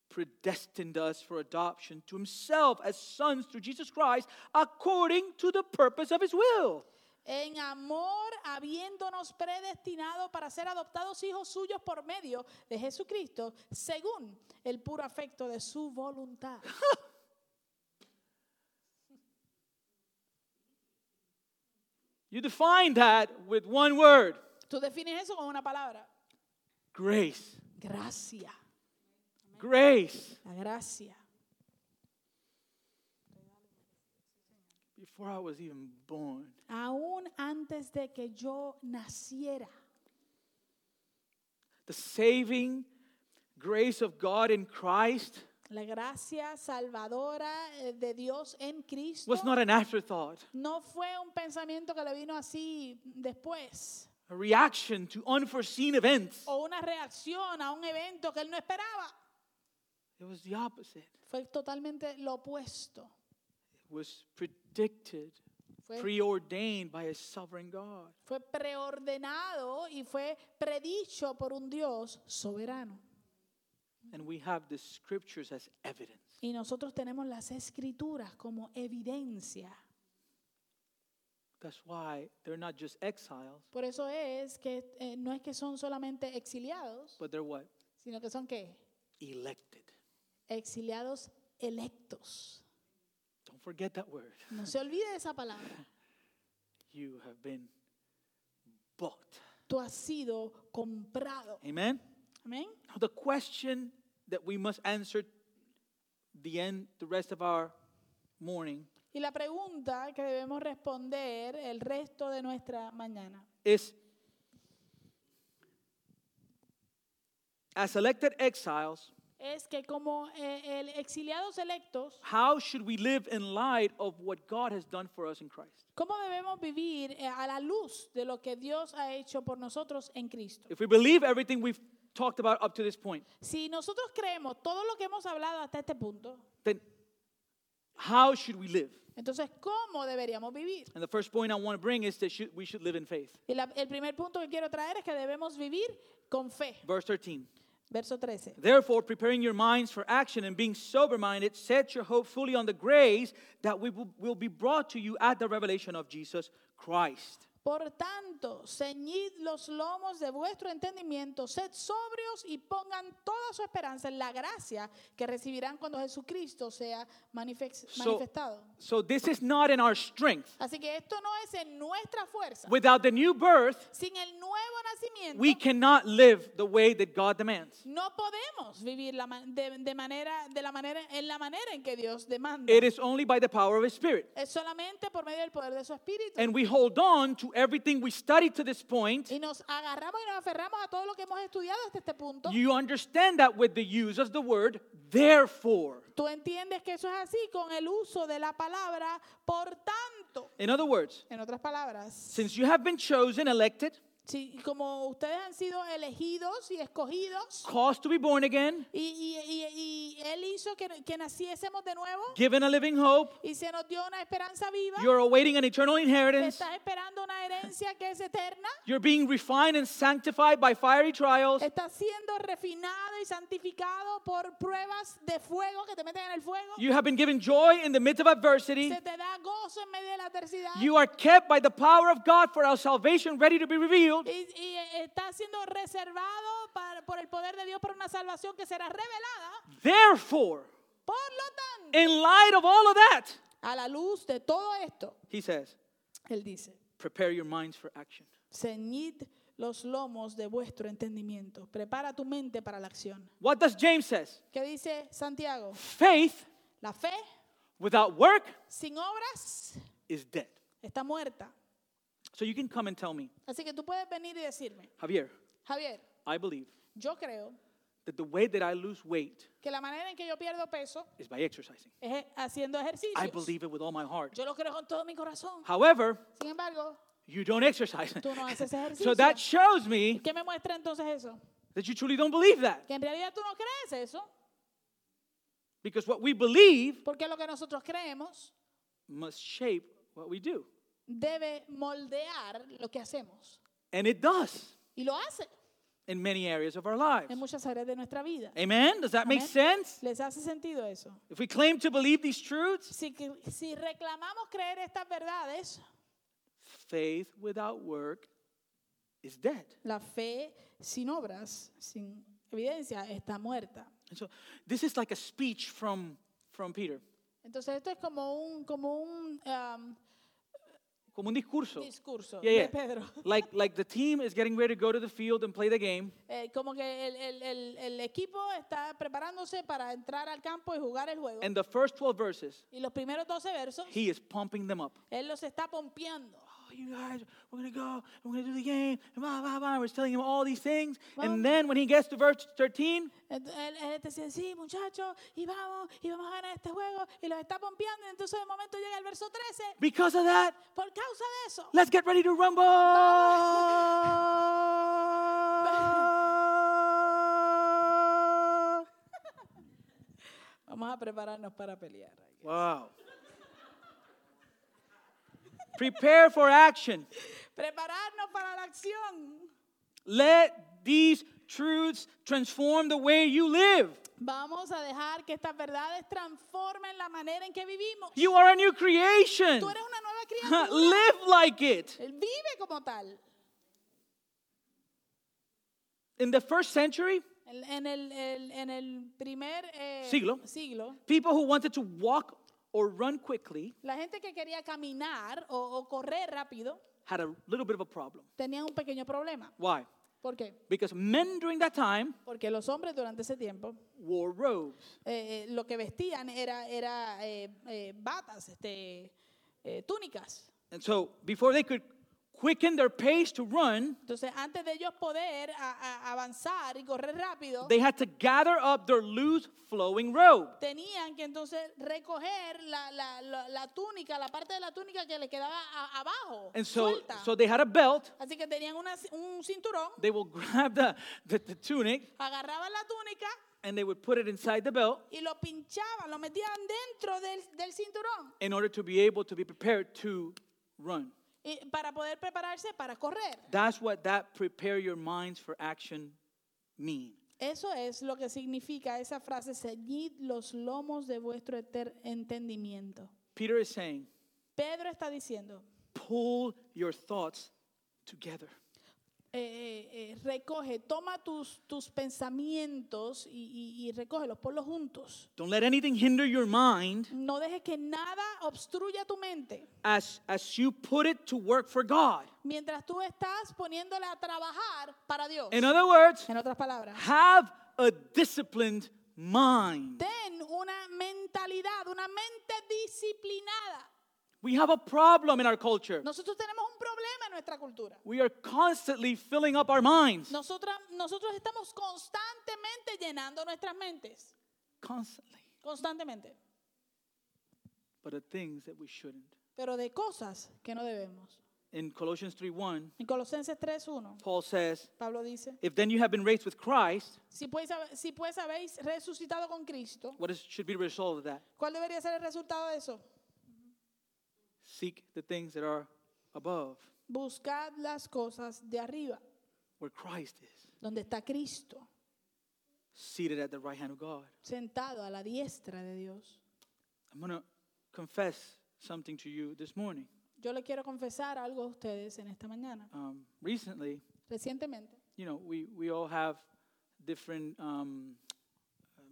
[SPEAKER 1] predestined us for adoption to Himself as sons through Jesus Christ according to the purpose of His will.
[SPEAKER 2] En amor, habiéndonos predestinado para ser adoptados hijos suyos por medio de Jesucristo, según el puro afecto de su voluntad.
[SPEAKER 1] You define that with one word
[SPEAKER 2] Tú defines eso con una palabra.
[SPEAKER 1] grace.
[SPEAKER 2] Gracia.
[SPEAKER 1] Grace.
[SPEAKER 2] La gracia.
[SPEAKER 1] Before I was even born,
[SPEAKER 2] Aún antes de que yo naciera,
[SPEAKER 1] the saving grace of God in Christ
[SPEAKER 2] la gracia salvadora eh, de Dios en Cristo
[SPEAKER 1] was not an afterthought,
[SPEAKER 2] no fue un pensamiento que le vino así después
[SPEAKER 1] a reaction to unforeseen events.
[SPEAKER 2] o una reacción a un evento que él no esperaba.
[SPEAKER 1] It was the opposite.
[SPEAKER 2] Fue totalmente lo opuesto.
[SPEAKER 1] was predicted,
[SPEAKER 2] Fue-
[SPEAKER 1] preordained by a sovereign God.
[SPEAKER 2] Fue preordenado y fue predicho por un Dios soberano.
[SPEAKER 1] And we have the scriptures as evidence.
[SPEAKER 2] Y nosotros tenemos las escrituras como evidencia.
[SPEAKER 1] That's why they're not just exiles,
[SPEAKER 2] Por eso es que eh, no es que son solamente exiliados,
[SPEAKER 1] but they're what?
[SPEAKER 2] sino que son qué?
[SPEAKER 1] Elected.
[SPEAKER 2] Exiliados electos.
[SPEAKER 1] Don't forget that word.
[SPEAKER 2] No se olvide de esa palabra.
[SPEAKER 1] You have been bought.
[SPEAKER 2] Tú has sido comprado.
[SPEAKER 1] Amen?
[SPEAKER 2] Amén.
[SPEAKER 1] Now, the question that we must answer the end, the rest of our morning
[SPEAKER 2] Y la pregunta que debemos responder el resto de nuestra mañana.
[SPEAKER 1] is as elected exiles,
[SPEAKER 2] es que como eh, el exiliados electos,
[SPEAKER 1] How should we live in light of what God has done for us in Christ?
[SPEAKER 2] ¿cómo debemos vivir eh, a la luz de lo que Dios ha hecho por nosotros en Cristo?
[SPEAKER 1] If we believe everything we've talked about up to this point,
[SPEAKER 2] Si nosotros creemos todo lo que hemos hablado hasta este punto,
[SPEAKER 1] then how should we live?
[SPEAKER 2] entonces ¿cómo deberíamos vivir?
[SPEAKER 1] And the first point I want to bring is that should, we should live in faith.
[SPEAKER 2] Y la- el primer punto que quiero traer es que debemos vivir con fe.
[SPEAKER 1] Verse 13.
[SPEAKER 2] Verso 13.
[SPEAKER 1] Therefore, preparing your minds for action and being sober minded, set your hope fully on the grace that we will, will be brought to you at the revelation of Jesus Christ.
[SPEAKER 2] Por tanto, ceñid los lomos de vuestro entendimiento, sed sobrios y pongan toda su esperanza en la gracia que recibirán cuando Jesucristo sea manifex-
[SPEAKER 1] So,
[SPEAKER 2] manifestado.
[SPEAKER 1] so, this is not in our strength.
[SPEAKER 2] Así que esto no es en nuestra fuerza.
[SPEAKER 1] Without the new birth,
[SPEAKER 2] Sin el nuevo
[SPEAKER 1] we
[SPEAKER 2] nacimiento
[SPEAKER 1] cannot live the way that God demands.
[SPEAKER 2] no podemos vivir la ma- de, de manera de la manera en la manera en que Dios demanda.
[SPEAKER 1] It is only by the power of His Spirit.
[SPEAKER 2] Es solamente por medio del poder de su espíritu.
[SPEAKER 1] And we hold on to everything we studied to this point.
[SPEAKER 2] Y nos agarramos y nos aferramos a todo lo que hemos estudiado hasta este punto.
[SPEAKER 1] You understand that with the use of the word therefore.
[SPEAKER 2] Tú entiendes que eso es así con el uso de la palabra por tanto.
[SPEAKER 1] In other words,
[SPEAKER 2] En otras palabras,
[SPEAKER 1] since you have been chosen, elected,
[SPEAKER 2] si, como ustedes han sido elegidos y escogidos
[SPEAKER 1] caused to be born again,
[SPEAKER 2] y, y- y- y Él hizo que, que naciésemos de nuevo
[SPEAKER 1] given a living hope,
[SPEAKER 2] y se nos dio una esperanza viva,
[SPEAKER 1] you're awaiting an eternal inheritance,
[SPEAKER 2] estás esperando una herencia que es eterna,
[SPEAKER 1] you're being refined and sanctified by fiery trials,
[SPEAKER 2] estás siendo refinado y santificado por pruebas de fuego que te meten en el fuego,
[SPEAKER 1] you have been given joy in the midst of adversity,
[SPEAKER 2] se te da gozo en medio de la adversidad.
[SPEAKER 1] you are kept by the power of God for our salvation ready to be revealed.
[SPEAKER 2] Y, y, eh, está siendo reservado para- por el poder de Dios para una salvación que será revelada.
[SPEAKER 1] Therefore,
[SPEAKER 2] Por lo tanto,
[SPEAKER 1] in light of all of that,
[SPEAKER 2] a la luz de todo esto,
[SPEAKER 1] he says,
[SPEAKER 2] él dice,
[SPEAKER 1] prepare your minds for action.
[SPEAKER 2] ceñid los lomos de vuestro entendimiento, prepara tu mente para la acción.
[SPEAKER 1] What does James says?
[SPEAKER 2] ¿Qué dice Santiago?
[SPEAKER 1] Faith
[SPEAKER 2] La fe
[SPEAKER 1] without work
[SPEAKER 2] sin obras
[SPEAKER 1] is dead.
[SPEAKER 2] está muerta.
[SPEAKER 1] So you can come and tell me,
[SPEAKER 2] Así que tú puedes venir y decirme,
[SPEAKER 1] Javier,
[SPEAKER 2] Javier,
[SPEAKER 1] I believe
[SPEAKER 2] yo creo
[SPEAKER 1] that the way that I lose weight
[SPEAKER 2] que la manera en que yo pierdo peso
[SPEAKER 1] is by exercising.
[SPEAKER 2] es eh, haciendo
[SPEAKER 1] I
[SPEAKER 2] ejercicio.
[SPEAKER 1] believe it with all my heart.
[SPEAKER 2] Yo lo creo con todo mi corazón.
[SPEAKER 1] However,
[SPEAKER 2] Sin embargo,
[SPEAKER 1] you don't exercise.
[SPEAKER 2] Tú no haces ejercicio.
[SPEAKER 1] so that shows me
[SPEAKER 2] ¿Qué me muestra entonces eso?
[SPEAKER 1] that you truly don't believe that.
[SPEAKER 2] Que en realidad tú no crees eso,
[SPEAKER 1] Because what we believe
[SPEAKER 2] porque lo que nosotros creemos
[SPEAKER 1] must shape what we do.
[SPEAKER 2] debe moldear lo que hacemos.
[SPEAKER 1] And it does
[SPEAKER 2] Y lo hace
[SPEAKER 1] in many areas of our lives.
[SPEAKER 2] en muchas áreas de nuestra vida.
[SPEAKER 1] Amen? Does that make
[SPEAKER 2] Amén.
[SPEAKER 1] sense?
[SPEAKER 2] ¿Les hace sentido eso?
[SPEAKER 1] If we claim to believe these truths,
[SPEAKER 2] Si, que- si reclamamos creer estas verdades,
[SPEAKER 1] faith without work is dead.
[SPEAKER 2] la fe sin obras, sin evidencia, está muerta.
[SPEAKER 1] And so this is like a speech from, from Peter,
[SPEAKER 2] Entonces esto es como un, como un um,
[SPEAKER 1] como un discurso.
[SPEAKER 2] discurso
[SPEAKER 1] Yeah, yeah.
[SPEAKER 2] de Pedro.
[SPEAKER 1] Like, like the team is getting ready to go to the field and play the game,
[SPEAKER 2] Eh, como que el, el- el- el equipo está preparándose para entrar al campo y jugar el juego.
[SPEAKER 1] and the first 12 verses,
[SPEAKER 2] Y los primeros 12 versos,
[SPEAKER 1] he is pumping them up.
[SPEAKER 2] él los está pompeando.
[SPEAKER 1] Oh, you guys, we're going to go, and we're going to do the game, and blah, blah, blah. We're telling him all these things.
[SPEAKER 2] Vamos.
[SPEAKER 1] And then when he gets to verse 13,
[SPEAKER 2] Ent- Él, él te dice, sí, muchachos, y vamos, y vamos a ganar este juego, y los está pompeando. Entonces, de momento llega el verso 13,
[SPEAKER 1] because of that,
[SPEAKER 2] por causa de eso.
[SPEAKER 1] let's get ready to rumble.
[SPEAKER 2] Vamos a prepararnos para pelear.
[SPEAKER 1] wow. Prepare for action.
[SPEAKER 2] Prepararnos para la acción.
[SPEAKER 1] Let these truths transform the way you live.
[SPEAKER 2] Vamos a dejar que estas verdades transformen la manera en que vivimos.
[SPEAKER 1] You are a new creation.
[SPEAKER 2] Tú eres una nueva criatura.
[SPEAKER 1] live like it.
[SPEAKER 2] Él vive como tal.
[SPEAKER 1] In the first century,
[SPEAKER 2] En, en el, el- en el primer eh,
[SPEAKER 1] Siglo.
[SPEAKER 2] siglo,
[SPEAKER 1] people who wanted to walk or run quickly
[SPEAKER 2] la gente que quería caminar o, o correr rápido
[SPEAKER 1] had a little bit of a problem.
[SPEAKER 2] tenían un pequeño problema.
[SPEAKER 1] Why?
[SPEAKER 2] ¿Por qué?
[SPEAKER 1] Because men during that time
[SPEAKER 2] Porque los hombres durante ese tiempo
[SPEAKER 1] wore robes.
[SPEAKER 2] eh, eh, lo que vestían era, era eh, eh, batas, este, eh, túnicas.
[SPEAKER 1] And so before they could quicken their pace to run,
[SPEAKER 2] Entonces, antes de ellos poder a- a- avanzar y correr rápido,
[SPEAKER 1] they had to gather up their loose flowing robe.
[SPEAKER 2] tenían que entonces recoger la, la- la- la túnica, la parte de la túnica que les quedaba a- abajo,
[SPEAKER 1] And so,
[SPEAKER 2] suelta.
[SPEAKER 1] so they had a belt.
[SPEAKER 2] Así que tenían una ci- un cinturón,
[SPEAKER 1] They will grab the, the, the tunic
[SPEAKER 2] agarraban la túnica
[SPEAKER 1] and they would put it inside the belt
[SPEAKER 2] y lo pinchaban, lo metían dentro del, del cinturón
[SPEAKER 1] in order to be able to be prepared to run.
[SPEAKER 2] y- para poder prepararse para correr.
[SPEAKER 1] That's what that prepare your minds for action mean.
[SPEAKER 2] Eso es lo que significa esa frase, ceñid los lomos de vuestro eter- entendimiento.
[SPEAKER 1] Peter is saying,
[SPEAKER 2] Pedro está diciendo,
[SPEAKER 1] pull your thoughts together.
[SPEAKER 2] eh, eh, eh, recoge, toma tus, tus pensamientos y, y- y recógelos, ponlos juntos.
[SPEAKER 1] Don't let anything hinder your mind
[SPEAKER 2] No dejes que nada obstruya tu mente
[SPEAKER 1] as, as you put it to work for God.
[SPEAKER 2] mientras tú estás poniéndola a trabajar para Dios.
[SPEAKER 1] In other words,
[SPEAKER 2] En otras palabras,
[SPEAKER 1] have a disciplined mind.
[SPEAKER 2] ten una mentalidad, una mente disciplinada.
[SPEAKER 1] We have a problem in our culture.
[SPEAKER 2] Nosotros tenemos un problema en nuestra cultura.
[SPEAKER 1] We are constantly filling up our minds.
[SPEAKER 2] Nosotras, nosotros estamos constantemente llenando nuestras mentes,
[SPEAKER 1] Constantly.
[SPEAKER 2] constantemente,
[SPEAKER 1] But the things that we shouldn't.
[SPEAKER 2] pero de cosas que no debemos.
[SPEAKER 1] In Colossians 3:1,
[SPEAKER 2] En Colosenses 3.1,
[SPEAKER 1] Paul says,
[SPEAKER 2] Pablo dice,
[SPEAKER 1] If then you have been raised with Christ,
[SPEAKER 2] si pues, hab- si pues habéis resucitado con Cristo,
[SPEAKER 1] what is, should be the result of that?
[SPEAKER 2] ¿cuál debería ser el resultado de eso?
[SPEAKER 1] Seek the things that are above,
[SPEAKER 2] Buscad las cosas de arriba,
[SPEAKER 1] where Christ is,
[SPEAKER 2] donde está Cristo,
[SPEAKER 1] seated at the right hand of God.
[SPEAKER 2] sentado a la diestra de Dios.
[SPEAKER 1] I'm going to confess something to you this morning.
[SPEAKER 2] Yo le quiero confesar algo a ustedes en esta mañana.
[SPEAKER 1] Um, recently,
[SPEAKER 2] Recientemente,
[SPEAKER 1] you know, we, we all have different um,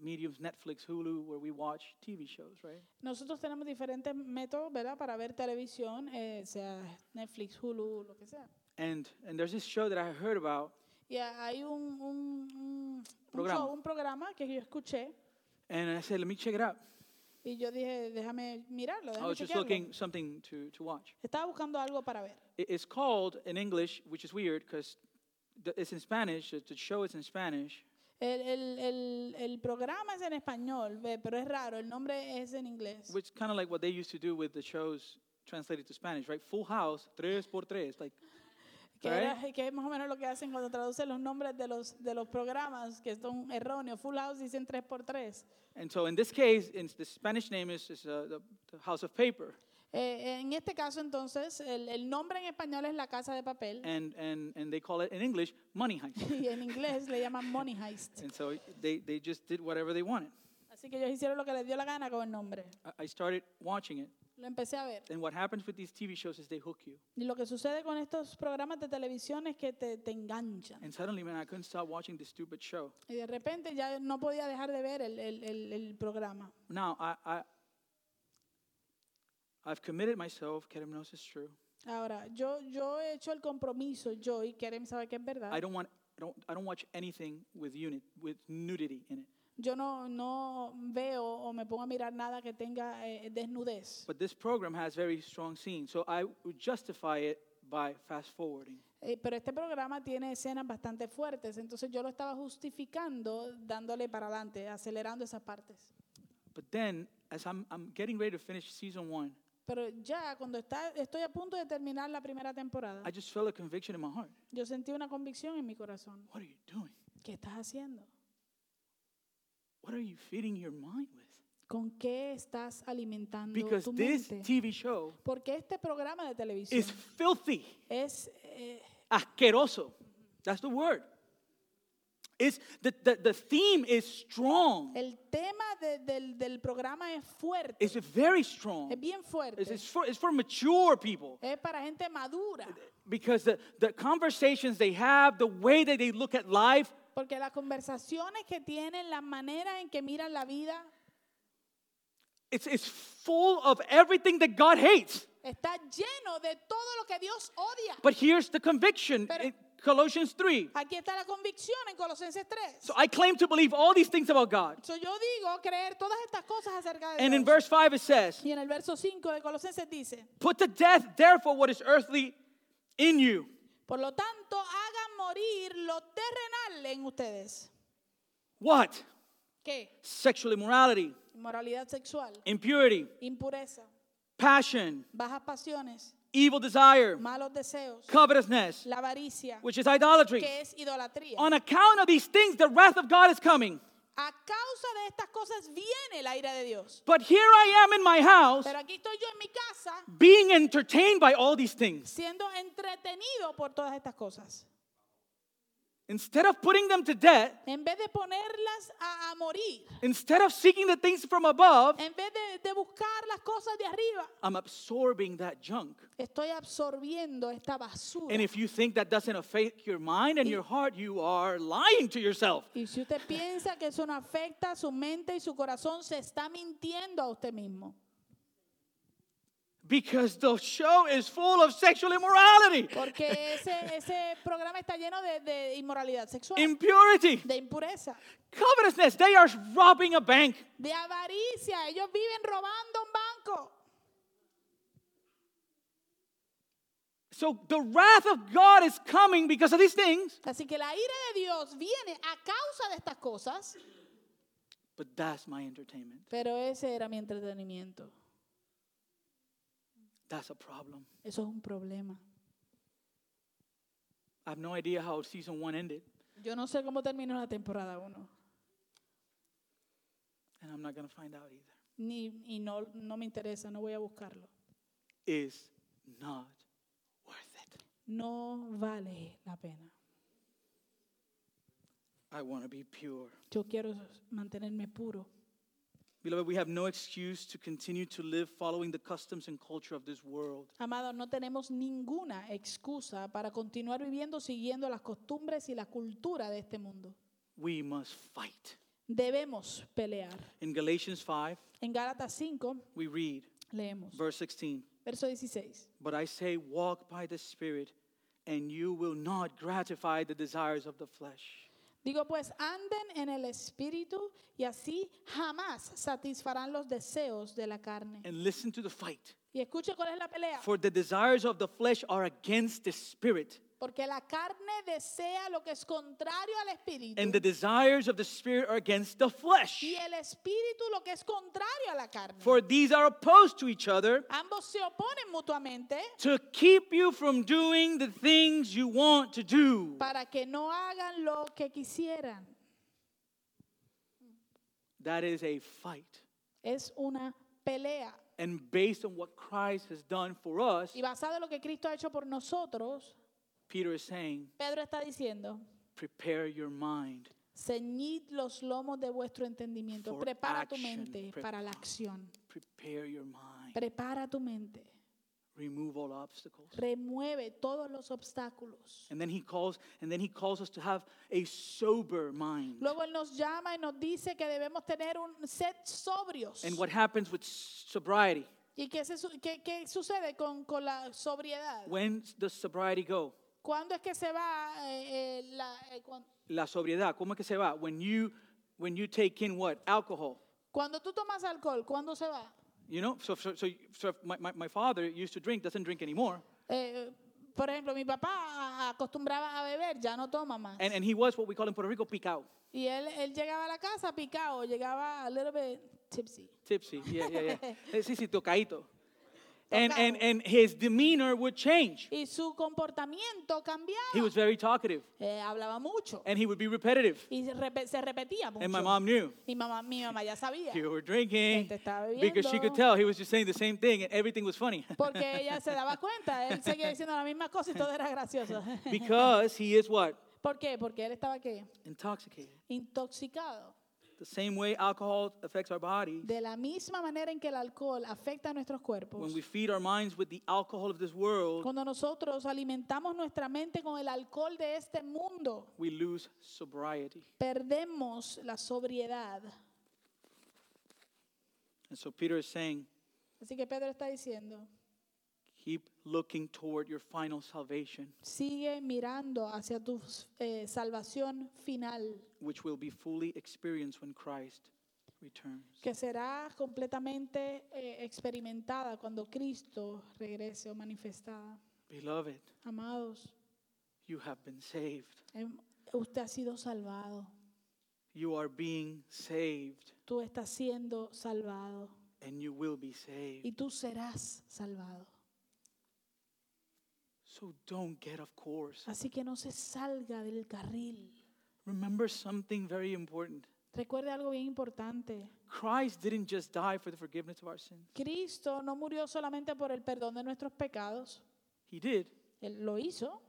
[SPEAKER 1] mediums Netflix, Hulu, where we watch TV shows, right?
[SPEAKER 2] nosotros tenemos diferentes métodos, ¿verdad? Para ver televisión, eh, sea Netflix, Hulu, lo que sea.
[SPEAKER 1] And, and there's this show that I heard about,
[SPEAKER 2] Y a- hay un, un- un- un
[SPEAKER 1] Programa.
[SPEAKER 2] show, un programa que yo escuché
[SPEAKER 1] and I said, let me check it out.
[SPEAKER 2] y yo dije, déjame mirarlo,
[SPEAKER 1] I
[SPEAKER 2] déjame
[SPEAKER 1] was just
[SPEAKER 2] chequearlo.
[SPEAKER 1] looking something to, to watch.
[SPEAKER 2] Estaba buscando algo para ver.
[SPEAKER 1] I- It's called in English, which is weird because it's in Spanish. The the show is in Spanish.
[SPEAKER 2] El, el- el- el programa es en español, ve, pero es raro, el nombre es en inglés.
[SPEAKER 1] Which kind of like what they used to do with the shows translated to Spanish, right? Full House, tres por tres, like
[SPEAKER 2] Que, era- que es más o menos lo que hacen cuando traducen los nombres de los, de los programas que son erróneos. Full House dicen 3x3.
[SPEAKER 1] And so in this case, in the Spanish name is, is uh, the, the House of Paper,
[SPEAKER 2] Eh, en este caso, entonces, el, el nombre en español es La Casa de Papel
[SPEAKER 1] and and and they call it in English Money Heist.
[SPEAKER 2] y en inglés le llaman Money Heist.
[SPEAKER 1] and so they they just did whatever they wanted.
[SPEAKER 2] Así que ellos hicieron lo que les dio la gana con el nombre.
[SPEAKER 1] I- I started watching it,
[SPEAKER 2] Lo empecé a ver.
[SPEAKER 1] and what happens with these TV shows is they hook you,
[SPEAKER 2] Y lo que sucede con estos programas de televisión es que te, te enganchan.
[SPEAKER 1] and suddenly, man, I couldn't stop watching this stupid show.
[SPEAKER 2] Y de repente ya no podía dejar de ver el, el- el- el programa.
[SPEAKER 1] Now I, I I've committed myself. Kerem knows it's true.
[SPEAKER 2] Ahora, yo, yo he hecho el compromiso, yo y Kerem sabe que es verdad.
[SPEAKER 1] I don't want I don't I don't watch anything with unit with nudity in it.
[SPEAKER 2] Yo no, no veo o me pongo a mirar nada que tenga eh, desnudez.
[SPEAKER 1] But this program has very strong scenes, so I would justify it by fast forwarding.
[SPEAKER 2] Eh, pero este programa tiene escenas bastante fuertes, entonces yo lo estaba justificando dándole para adelante, acelerando esas partes.
[SPEAKER 1] But then, as I'm I'm getting ready to finish season one,
[SPEAKER 2] Pero ya cuando está, estoy a punto de terminar la primera temporada,
[SPEAKER 1] I just felt a conviction in my heart.
[SPEAKER 2] yo sentí una convicción en mi corazón.
[SPEAKER 1] What are you doing?
[SPEAKER 2] ¿Qué estás haciendo?
[SPEAKER 1] What are you feeding your mind with?
[SPEAKER 2] ¿Con qué estás alimentando
[SPEAKER 1] Because
[SPEAKER 2] tu
[SPEAKER 1] this
[SPEAKER 2] mente?
[SPEAKER 1] TV show
[SPEAKER 2] Porque este programa de televisión
[SPEAKER 1] is filthy,
[SPEAKER 2] es eh,
[SPEAKER 1] asqueroso. That's the word. It's the, the, the theme is strong.
[SPEAKER 2] el tema de- del, del programa es fuerte,
[SPEAKER 1] It's very strong.
[SPEAKER 2] es bien fuerte,
[SPEAKER 1] It's, it's, for, it's for mature people.
[SPEAKER 2] es para gente madura,
[SPEAKER 1] Because the, the conversations they have, the way that they look at life,
[SPEAKER 2] porque las conversaciones que tienen, las maneras en que miran la vida,
[SPEAKER 1] it's, it's full of everything that God hates.
[SPEAKER 2] está lleno de todo lo que Dios odia.
[SPEAKER 1] But here's the conviction
[SPEAKER 2] Pero-
[SPEAKER 1] in Colossians 3.
[SPEAKER 2] Aquí está la convicción en Colosenses 3.
[SPEAKER 1] So I claim to believe all these things about God.
[SPEAKER 2] So, yo digo creer todas estas cosas acerca de
[SPEAKER 1] And in
[SPEAKER 2] Dios.
[SPEAKER 1] verse 5 it says,
[SPEAKER 2] y en el verso 5 de Colosenses dice,
[SPEAKER 1] Put to death, therefore, what is earthly in you.
[SPEAKER 2] Por lo tanto, hagan morir lo terrenal en ustedes.
[SPEAKER 1] What?
[SPEAKER 2] ¿Qué?
[SPEAKER 1] Sexual immorality,
[SPEAKER 2] Inmoralidad sexual,
[SPEAKER 1] impurity,
[SPEAKER 2] impureza,
[SPEAKER 1] passion,
[SPEAKER 2] bajas pasiones,
[SPEAKER 1] evil desire,
[SPEAKER 2] malos deseos,
[SPEAKER 1] covetousness,
[SPEAKER 2] la avaricia,
[SPEAKER 1] which is idolatry.
[SPEAKER 2] que es idolatría.
[SPEAKER 1] On account of these things, the wrath of God is coming.
[SPEAKER 2] A causa de estas cosas viene la ira de Dios.
[SPEAKER 1] But here I am in my house,
[SPEAKER 2] Pero aquí estoy yo en mi casa
[SPEAKER 1] being entertained by all these things.
[SPEAKER 2] siendo entretenido por todas estas cosas.
[SPEAKER 1] Instead of putting them to death,
[SPEAKER 2] En vez de ponerlas a, a morir,
[SPEAKER 1] instead of seeking the things from above,
[SPEAKER 2] en vez de, de buscar las cosas de arriba,
[SPEAKER 1] I'm absorbing that junk.
[SPEAKER 2] estoy absorbiendo esta basura.
[SPEAKER 1] And if you think that doesn't affect your mind and your heart, you are lying to yourself.
[SPEAKER 2] Y si usted piensa que eso no afecta a su mente y su corazón, se está mintiendo a usted mismo.
[SPEAKER 1] Because the show is full of sexual immorality,
[SPEAKER 2] Porque ese, ese programa está lleno de, de inmoralidad sexual,
[SPEAKER 1] impurity,
[SPEAKER 2] de impureza,
[SPEAKER 1] covetousness. They are robbing a bank.
[SPEAKER 2] de avaricia. Ellos viven robando un banco.
[SPEAKER 1] So the wrath of God is coming because of these things.
[SPEAKER 2] Así que la ira de Dios viene a causa de estas cosas,
[SPEAKER 1] But that's my entertainment.
[SPEAKER 2] pero ese era mi entretenimiento.
[SPEAKER 1] That's a problem.
[SPEAKER 2] Eso es un problema.
[SPEAKER 1] I have no idea how season one ended,
[SPEAKER 2] Yo no sé cómo terminó la temporada 1.
[SPEAKER 1] and I'm not going to find out either.
[SPEAKER 2] Ni, y no, no me interesa, no voy a buscarlo.
[SPEAKER 1] Is not worth it.
[SPEAKER 2] No vale la pena.
[SPEAKER 1] I want to be pure.
[SPEAKER 2] Yo quiero mantenerme puro.
[SPEAKER 1] Beloved, we have no excuse to continue to live following the customs and culture of this world.
[SPEAKER 2] Amados, no tenemos ninguna excusa para continuar viviendo siguiendo las costumbres y la cultura de este mundo.
[SPEAKER 1] We must fight.
[SPEAKER 2] Debemos pelear.
[SPEAKER 1] In Galatians 5,
[SPEAKER 2] En Gálatas 5
[SPEAKER 1] we read,
[SPEAKER 2] leemos,
[SPEAKER 1] verse 16,
[SPEAKER 2] verso 16.
[SPEAKER 1] But I say, walk by the Spirit, and you will not gratify the desires of the flesh.
[SPEAKER 2] Digo pues, anden en el espíritu y así jamás satisfarán los deseos de la carne.
[SPEAKER 1] And listen to the fight.
[SPEAKER 2] Y escuche cuál es la pelea.
[SPEAKER 1] For the desires of the flesh are against the Spirit,
[SPEAKER 2] Porque la carne desea lo que es contrario al espíritu.
[SPEAKER 1] and the desires of the Spirit are against the flesh.
[SPEAKER 2] Y el espíritu lo que es contrario a la carne.
[SPEAKER 1] For these are opposed to each other
[SPEAKER 2] Ambos se oponen mutuamente
[SPEAKER 1] to keep you from doing the things you want to do.
[SPEAKER 2] para que no hagan lo que quisieran.
[SPEAKER 1] That is a fight.
[SPEAKER 2] Es una pelea.
[SPEAKER 1] And based on what Christ has done for us,
[SPEAKER 2] Y basado en lo que Cristo ha hecho por nosotros,
[SPEAKER 1] Peter is saying,
[SPEAKER 2] Pedro está diciendo,
[SPEAKER 1] prepare your mind.
[SPEAKER 2] ceñid los lomos de vuestro entendimiento.
[SPEAKER 1] For
[SPEAKER 2] Prepara tu
[SPEAKER 1] action.
[SPEAKER 2] mente
[SPEAKER 1] Prepara.
[SPEAKER 2] para la acción.
[SPEAKER 1] Prepare your mind.
[SPEAKER 2] Prepara tu mente.
[SPEAKER 1] Remove all obstacles.
[SPEAKER 2] Remueve todos los obstáculos.
[SPEAKER 1] And then he calls and then he calls us to have a sober mind.
[SPEAKER 2] Luego Él nos llama y nos dice que debemos tener un set sobrios.
[SPEAKER 1] And what happens with sobriety?
[SPEAKER 2] ¿Y qué, se su- qué- qué sucede con, con la sobriedad?
[SPEAKER 1] When does sobriety go?
[SPEAKER 2] ¿Cuándo es que se va eh, eh, la- eh, cuan-
[SPEAKER 1] La sobriedad, ¿cómo es que se va? When you when you take in what? Alcohol.
[SPEAKER 2] Cuando tú tomas alcohol, ¿cuándo se va?
[SPEAKER 1] You know, so, so, so, so my, my, my father used to drink, doesn't drink anymore.
[SPEAKER 2] Eh, por ejemplo, mi papá a- acostumbraba a beber, ya no toma más.
[SPEAKER 1] And, and he was what we call in Puerto Rico picao.
[SPEAKER 2] y él, él llegaba a la casa picado, llegaba a little bit tipsy.
[SPEAKER 1] Tipsy, yeah, yeah, yeah. Eh, Sí, sí, tocaíto. And, and, and his demeanor would change.
[SPEAKER 2] Y su comportamiento cambiaba.
[SPEAKER 1] He was very talkative
[SPEAKER 2] Eh, hablaba mucho
[SPEAKER 1] and he would be repetitive.
[SPEAKER 2] y se repe- se repetía mucho.
[SPEAKER 1] And my mom knew
[SPEAKER 2] mi, mamá, mi mamá ya sabía.
[SPEAKER 1] you were
[SPEAKER 2] Él
[SPEAKER 1] drinking
[SPEAKER 2] te estaba
[SPEAKER 1] because she could
[SPEAKER 2] bebiendo.
[SPEAKER 1] tell he was just saying the same thing and everything was funny.
[SPEAKER 2] Porque ella se daba cuenta, él seguía diciendo la misma cosa y todo era gracioso.
[SPEAKER 1] because he is what?
[SPEAKER 2] ¿Por qué? Porque él estaba qué?
[SPEAKER 1] Intoxicated.
[SPEAKER 2] Intoxicado.
[SPEAKER 1] The same way alcohol affects our body.
[SPEAKER 2] De la misma manera en que el alcohol afecta a nuestros cuerpos.
[SPEAKER 1] When we feed our minds with the alcohol of this world,
[SPEAKER 2] Cuando nosotros alimentamos nuestra mente con el alcohol de este mundo,
[SPEAKER 1] we lose sobriety.
[SPEAKER 2] perdemos la sobriedad.
[SPEAKER 1] And so Peter is saying,
[SPEAKER 2] Así que Pedro está diciendo,
[SPEAKER 1] keep looking toward your final salvation,
[SPEAKER 2] sigue mirando hacia tu eh, salvación final,
[SPEAKER 1] which will be fully experienced when Christ returns.
[SPEAKER 2] que será completamente eh, experimentada cuando Cristo regrese o manifestada.
[SPEAKER 1] Beloved,
[SPEAKER 2] Amados,
[SPEAKER 1] you have been saved.
[SPEAKER 2] em- usted ha sido salvado.
[SPEAKER 1] You are being saved,
[SPEAKER 2] Tú estás siendo salvado.
[SPEAKER 1] and you will be saved.
[SPEAKER 2] Y tú serás salvado.
[SPEAKER 1] So don't get off course.
[SPEAKER 2] Así que no se salga del carril.
[SPEAKER 1] Remember something very important.
[SPEAKER 2] Recuerde algo bien importante.
[SPEAKER 1] Christ didn't just die for the forgiveness of our sins.
[SPEAKER 2] Cristo no murió solamente por el perdón de nuestros pecados.
[SPEAKER 1] He did,
[SPEAKER 2] Él lo hizo,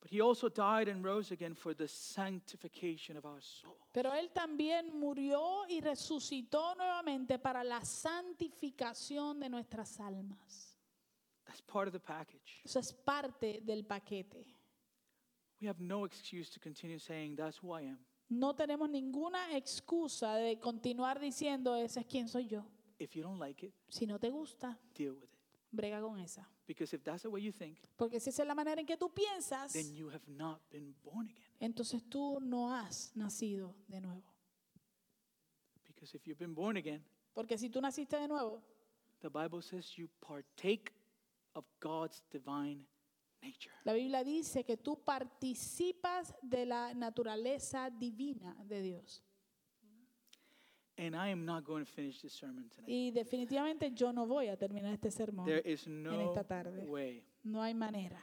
[SPEAKER 1] but he also died and rose again for the sanctification of our soul.
[SPEAKER 2] pero Él también murió y resucitó nuevamente para la santificación de nuestras almas.
[SPEAKER 1] That's part of the package.
[SPEAKER 2] Eso es parte del paquete.
[SPEAKER 1] We have no excuse to continue saying, That's who I am.
[SPEAKER 2] No tenemos ninguna excusa de continuar diciendo, ese es quien soy yo.
[SPEAKER 1] If you don't like it,
[SPEAKER 2] Si no te gusta,
[SPEAKER 1] deal with it.
[SPEAKER 2] brega con esa.
[SPEAKER 1] Because if that's the way you think,
[SPEAKER 2] Porque si esa es la manera en que tú piensas,
[SPEAKER 1] then you have not been born again.
[SPEAKER 2] entonces tú no has nacido de nuevo.
[SPEAKER 1] Because if you've been born again,
[SPEAKER 2] Porque si tú naciste de nuevo,
[SPEAKER 1] the Bible says you partake of God's divine nature.
[SPEAKER 2] La Biblia dice que tú participas de la naturaleza divina de Dios.
[SPEAKER 1] And I am not going to finish this sermon tonight.
[SPEAKER 2] Y definitivamente yo no voy a terminar este sermón.
[SPEAKER 1] There is no
[SPEAKER 2] esta tarde.
[SPEAKER 1] way.
[SPEAKER 2] No hay manera.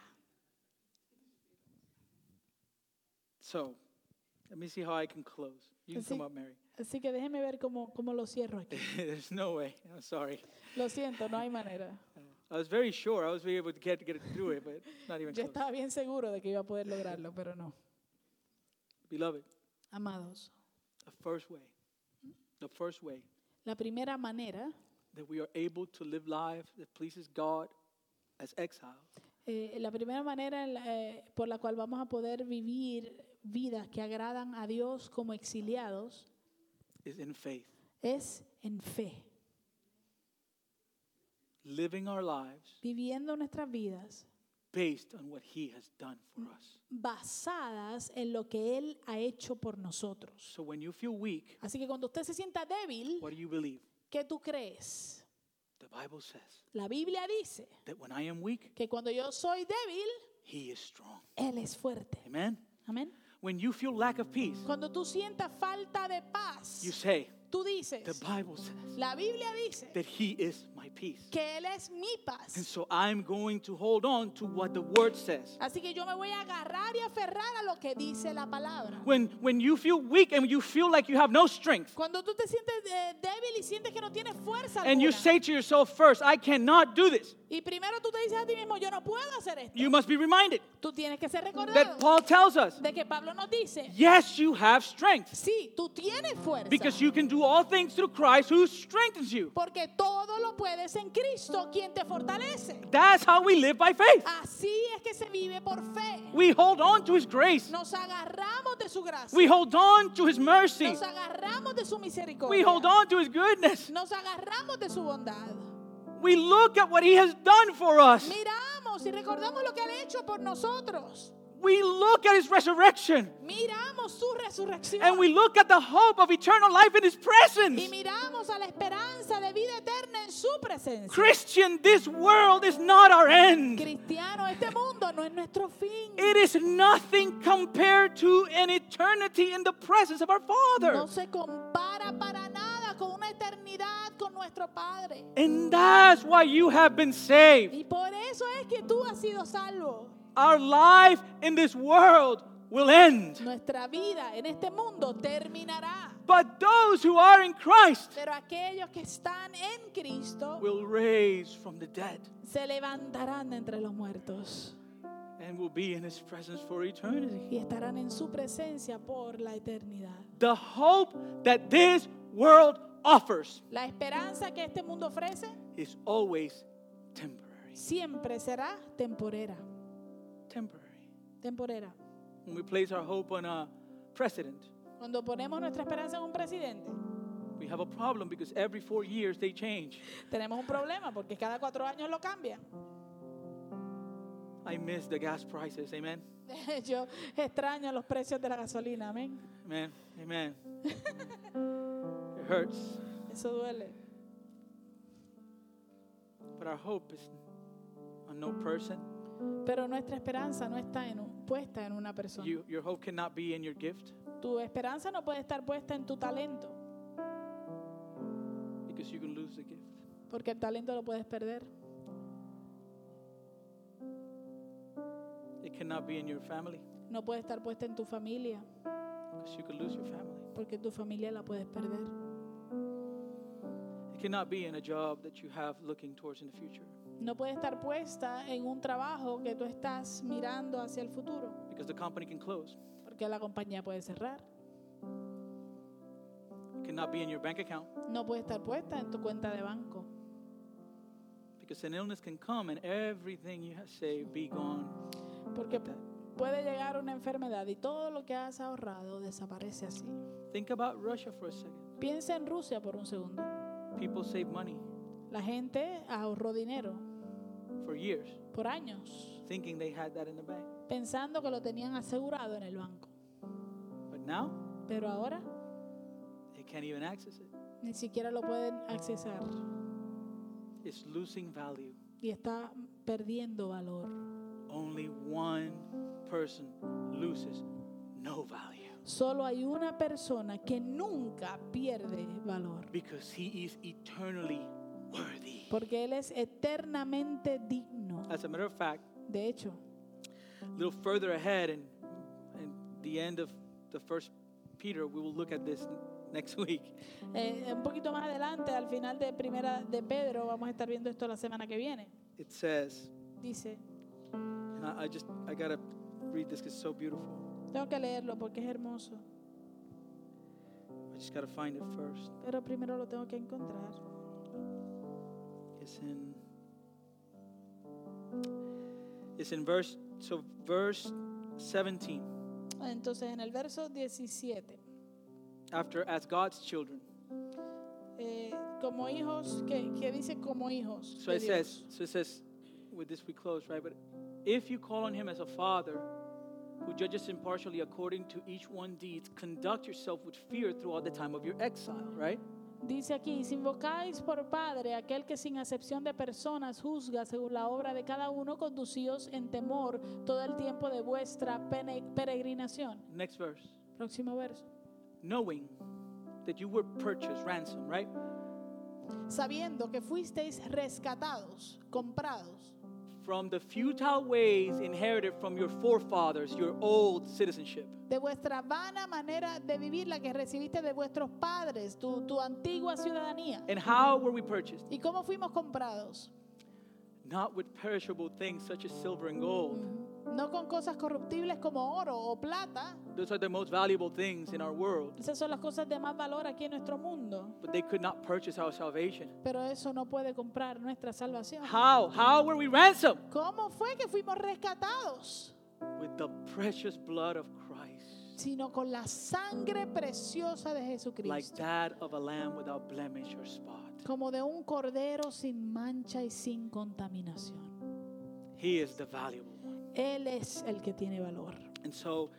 [SPEAKER 1] So, let me see how I can close. You can
[SPEAKER 2] Así-
[SPEAKER 1] come up, Mary.
[SPEAKER 2] Así que déjeme ver cómo, cómo lo cierro aquí.
[SPEAKER 1] There's no way. I'm sorry.
[SPEAKER 2] Lo siento, no hay manera.
[SPEAKER 1] I was very sure I was be able to get, get through it, but not even
[SPEAKER 2] Yo
[SPEAKER 1] close.
[SPEAKER 2] estaba bien seguro de que iba a poder lograrlo, pero no.
[SPEAKER 1] Beloved,
[SPEAKER 2] Amados,
[SPEAKER 1] the first way, the first way
[SPEAKER 2] la primera manera,
[SPEAKER 1] that we are able to live life that pleases God as exiles
[SPEAKER 2] eh, la primera manera en la- eh, por la cual vamos a poder vivir vidas que agradan a Dios como exiliados
[SPEAKER 1] is in faith.
[SPEAKER 2] es en fe,
[SPEAKER 1] Living our lives
[SPEAKER 2] viviendo nuestras vidas
[SPEAKER 1] based on what He has done for us.
[SPEAKER 2] basadas en lo que Él ha hecho por nosotros.
[SPEAKER 1] So when you feel weak,
[SPEAKER 2] Así que cuando usted se sienta débil,
[SPEAKER 1] what do you believe?
[SPEAKER 2] ¿qué tú crees?
[SPEAKER 1] The Bible says
[SPEAKER 2] La Biblia dice
[SPEAKER 1] that when I am weak,
[SPEAKER 2] que cuando yo soy débil,
[SPEAKER 1] He is strong.
[SPEAKER 2] Él es fuerte.
[SPEAKER 1] Amen?
[SPEAKER 2] Amén.
[SPEAKER 1] When you feel lack of peace,
[SPEAKER 2] Cuando tú sientas falta de
[SPEAKER 1] you
[SPEAKER 2] paz,
[SPEAKER 1] say,
[SPEAKER 2] tú
[SPEAKER 1] The
[SPEAKER 2] dices,
[SPEAKER 1] Bible says
[SPEAKER 2] la Biblia dice
[SPEAKER 1] that He is my peace.
[SPEAKER 2] que Él es mi
[SPEAKER 1] And
[SPEAKER 2] paz.
[SPEAKER 1] so I'm going to hold on to what the Word says.
[SPEAKER 2] Así que yo me voy a agarrar y aferrar a lo que dice la palabra.
[SPEAKER 1] When, when you feel weak and you feel like you have no strength,
[SPEAKER 2] Cuando tú te sientes eh, débil y sientes que no tienes fuerza
[SPEAKER 1] and you
[SPEAKER 2] alguna,
[SPEAKER 1] say to yourself first, I cannot do this,
[SPEAKER 2] y primero tú te dices a ti mismo, yo no puedo hacer esto.
[SPEAKER 1] you must be reminded
[SPEAKER 2] Tú tienes que ser recordado
[SPEAKER 1] that Paul tells us,
[SPEAKER 2] de que Pablo nos dice,
[SPEAKER 1] Yes, you have strength
[SPEAKER 2] sí, tú tienes fuerza,
[SPEAKER 1] because you can do all things through Christ who strengthens you.
[SPEAKER 2] porque todo lo puedes en Cristo quien te fortalece.
[SPEAKER 1] That's how we live by faith.
[SPEAKER 2] Así es que se vive por fe.
[SPEAKER 1] We hold on to His grace.
[SPEAKER 2] Nos agarramos de su gracia.
[SPEAKER 1] We hold on to His mercy.
[SPEAKER 2] Nos agarramos de su misericordia.
[SPEAKER 1] We hold on to His goodness.
[SPEAKER 2] Nos agarramos de su bondad.
[SPEAKER 1] We look at what He has done for us.
[SPEAKER 2] Miramos y recordamos lo que ha hecho por nosotros.
[SPEAKER 1] We look at His resurrection.
[SPEAKER 2] Miramos su resurrección.
[SPEAKER 1] And we look at the hope of eternal life in His
[SPEAKER 2] y
[SPEAKER 1] presence.
[SPEAKER 2] miramos a la esperanza de vida eterna en su presencia.
[SPEAKER 1] Christian, this world is not our end.
[SPEAKER 2] Cristiano, este mundo no es nuestro fin.
[SPEAKER 1] It is nothing compared to an eternity in the presence of our Father.
[SPEAKER 2] No se compara para nada con una eternidad con nuestro Padre.
[SPEAKER 1] And that's why you have been saved.
[SPEAKER 2] Y por eso es que tú has sido salvo.
[SPEAKER 1] Our life in this world will end.
[SPEAKER 2] Nuestra vida en este mundo terminará.
[SPEAKER 1] But those who are in Christ
[SPEAKER 2] Pero aquellos que están en Cristo
[SPEAKER 1] will raise from the dead
[SPEAKER 2] se levantarán de entre los muertos
[SPEAKER 1] and will be in His presence for eternity.
[SPEAKER 2] y estarán en su presencia por la eternidad.
[SPEAKER 1] The hope that this world offers
[SPEAKER 2] La esperanza que este mundo ofrece
[SPEAKER 1] is always temporary.
[SPEAKER 2] siempre será temporera.
[SPEAKER 1] temporary.
[SPEAKER 2] Temporera.
[SPEAKER 1] When we place our hope on a precedent,
[SPEAKER 2] Cuando ponemos nuestra esperanza en un presidente,
[SPEAKER 1] we have a problem because every four years they change.
[SPEAKER 2] tenemos un problema porque cada cuatro años lo cambian.
[SPEAKER 1] I miss the gas prices. Amen.
[SPEAKER 2] Yo extraño los precios de la gasolina, amén.
[SPEAKER 1] Amen. Amen. it hurts,
[SPEAKER 2] Eso duele.
[SPEAKER 1] but our hope is on no person,
[SPEAKER 2] Pero nuestra esperanza no está en un- puesta en una persona.
[SPEAKER 1] You, your hope cannot be in your gift
[SPEAKER 2] tu esperanza no puede estar puesta en tu talento,
[SPEAKER 1] because you can lose the gift.
[SPEAKER 2] porque el talento lo puedes perder.
[SPEAKER 1] It cannot be in your family
[SPEAKER 2] No puede estar puesta en tu familia,
[SPEAKER 1] because you can lose your family.
[SPEAKER 2] porque tu familia la puedes perder.
[SPEAKER 1] It cannot be in a job that you have looking towards in the future
[SPEAKER 2] No puede estar puesta en un trabajo que tú estás mirando hacia el futuro,
[SPEAKER 1] because the company can close.
[SPEAKER 2] porque la compañía puede cerrar.
[SPEAKER 1] It cannot be in your bank account
[SPEAKER 2] No puede estar puesta en tu cuenta de banco,
[SPEAKER 1] because an illness can come and everything you have saved be gone.
[SPEAKER 2] porque puede llegar una enfermedad y todo lo que has ahorrado desaparece así.
[SPEAKER 1] Think about Russia for a second.
[SPEAKER 2] Piensa en Rusia por un segundo.
[SPEAKER 1] People save money
[SPEAKER 2] La gente ahorró dinero
[SPEAKER 1] for years
[SPEAKER 2] por años,
[SPEAKER 1] thinking they had that in the bank.
[SPEAKER 2] pensando que lo tenían asegurado en el banco.
[SPEAKER 1] But now
[SPEAKER 2] Pero ahora
[SPEAKER 1] they can't even access it.
[SPEAKER 2] ni siquiera lo pueden accesar
[SPEAKER 1] It's losing value.
[SPEAKER 2] y está perdiendo valor.
[SPEAKER 1] Only one person loses no value
[SPEAKER 2] Solo hay una persona que nunca pierde valor,
[SPEAKER 1] because he is eternally worthy.
[SPEAKER 2] porque Él es eternamente digno.
[SPEAKER 1] As a matter of fact,
[SPEAKER 2] De hecho,
[SPEAKER 1] a little further ahead and and the end of the first Peter, we will look at this next week.
[SPEAKER 2] eh, un poquito más adelante, al final de primera de Pedro, vamos a estar viendo esto la semana que viene.
[SPEAKER 1] It says,
[SPEAKER 2] Dice,
[SPEAKER 1] and I, I just I gotta read this 'cause it's so beautiful.
[SPEAKER 2] tengo que leerlo porque es hermoso,
[SPEAKER 1] I just gotta find it first.
[SPEAKER 2] pero primero lo tengo que encontrar.
[SPEAKER 1] It's in it's in verse so verse 17.
[SPEAKER 2] Entonces, en el verso 17,
[SPEAKER 1] After as God's children.
[SPEAKER 2] eh, como hijos, que, que dice como hijos.
[SPEAKER 1] So
[SPEAKER 2] de
[SPEAKER 1] it
[SPEAKER 2] Dios.
[SPEAKER 1] says, so it says, with this we close, right? But if you call on him as a father who judges impartially according to each one deeds, conduct yourself with fear throughout the time of your exile, right?
[SPEAKER 2] Dice aquí, si invocáis por Padre aquel que sin acepción de personas juzga según la obra de cada uno, conducíos en temor todo el tiempo de vuestra pene- peregrinación.
[SPEAKER 1] Next verse.
[SPEAKER 2] Próximo verso.
[SPEAKER 1] Knowing that you were purchased, ransom, right?
[SPEAKER 2] Sabiendo que fuisteis rescatados, comprados,
[SPEAKER 1] From the futile ways inherited from your forefathers, your old citizenship,
[SPEAKER 2] de vuestra vana manera de vivir la que recibiste de vuestros padres, tu, tu antigua ciudadanía.
[SPEAKER 1] and how were we purchased?
[SPEAKER 2] ¿Y cómo fuimos comprados?
[SPEAKER 1] Not with perishable things such as silver and gold.
[SPEAKER 2] No con cosas corruptibles como oro o plata.
[SPEAKER 1] Those are the most valuable things in our world,
[SPEAKER 2] Esas son las cosas de más valor aquí en nuestro mundo.
[SPEAKER 1] but they could not purchase our salvation.
[SPEAKER 2] Pero eso no puede comprar nuestra salvación.
[SPEAKER 1] How? How were we ransomed?
[SPEAKER 2] ¿Cómo fue que fuimos rescatados?
[SPEAKER 1] With the precious blood of Christ,
[SPEAKER 2] Sino con la sangre preciosa de
[SPEAKER 1] like
[SPEAKER 2] Jesucristo.
[SPEAKER 1] that of a lamb without blemish or spot.
[SPEAKER 2] Como de un cordero sin mancha y sin contaminación.
[SPEAKER 1] He is the valuable one.
[SPEAKER 2] Él es el que tiene valor.
[SPEAKER 1] And so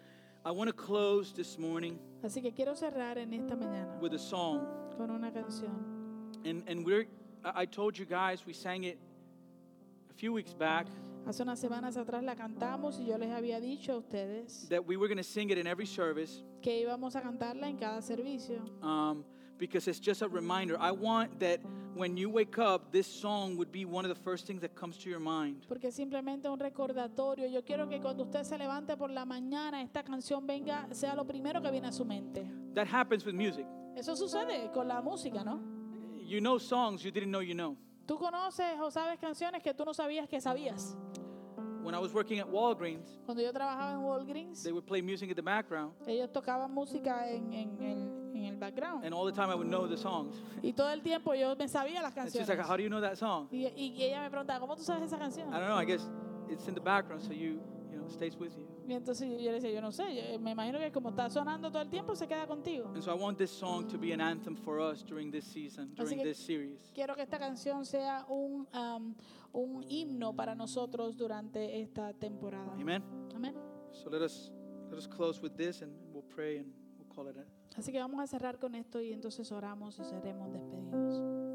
[SPEAKER 1] I want to close this morning
[SPEAKER 2] Así que quiero cerrar en esta mañana
[SPEAKER 1] with a song.
[SPEAKER 2] con una canción.
[SPEAKER 1] And, and we're, I I told you guys, we sang it a few weeks back,
[SPEAKER 2] Hace unas semanas atrás la cantamos y yo les había dicho a ustedes
[SPEAKER 1] that we were going to sing it in every service
[SPEAKER 2] que íbamos a cantarla en cada servicio.
[SPEAKER 1] um, because it's just a reminder. I want that when you wake up, this song would be one of the first things that comes to your mind.
[SPEAKER 2] Porque es simplemente un recordatorio. Yo quiero que cuando usted se levante por la mañana, esta canción venga, sea lo primero que viene a su mente.
[SPEAKER 1] That happens with music.
[SPEAKER 2] Eso sucede con la música, ¿no?
[SPEAKER 1] You know songs you didn't know you know.
[SPEAKER 2] Tú conoces o sabes canciones que tú no sabías que sabías.
[SPEAKER 1] When I was working at Walgreens,
[SPEAKER 2] Cuando yo trabajaba en Walgreens,
[SPEAKER 1] they would play music in the background,
[SPEAKER 2] ellos tocaban música en, en- en- en el background.
[SPEAKER 1] and all the time I would know the songs.
[SPEAKER 2] Y todo el tiempo yo me sabía las
[SPEAKER 1] And she's like,
[SPEAKER 2] canciones.
[SPEAKER 1] "How do you know that song?"
[SPEAKER 2] Y, y ella me preguntaba, ¿cómo tú sabes esa canción?
[SPEAKER 1] I don't know. I guess it's in the background, so you you know it stays with you.
[SPEAKER 2] Y entonces yo le decía, yo no sé, yo- me imagino que como está sonando todo el tiempo, se queda contigo.
[SPEAKER 1] And so I want this song to be an anthem for us during this season, during
[SPEAKER 2] que-
[SPEAKER 1] this series.
[SPEAKER 2] Quiero que esta canción sea un, um, un himno para nosotros durante esta temporada.
[SPEAKER 1] Amen.
[SPEAKER 2] Amén.
[SPEAKER 1] So let us let us close with this, and we'll pray and we'll call it a.
[SPEAKER 2] Así que vamos a cerrar con esto y entonces oramos y seremos despedidos.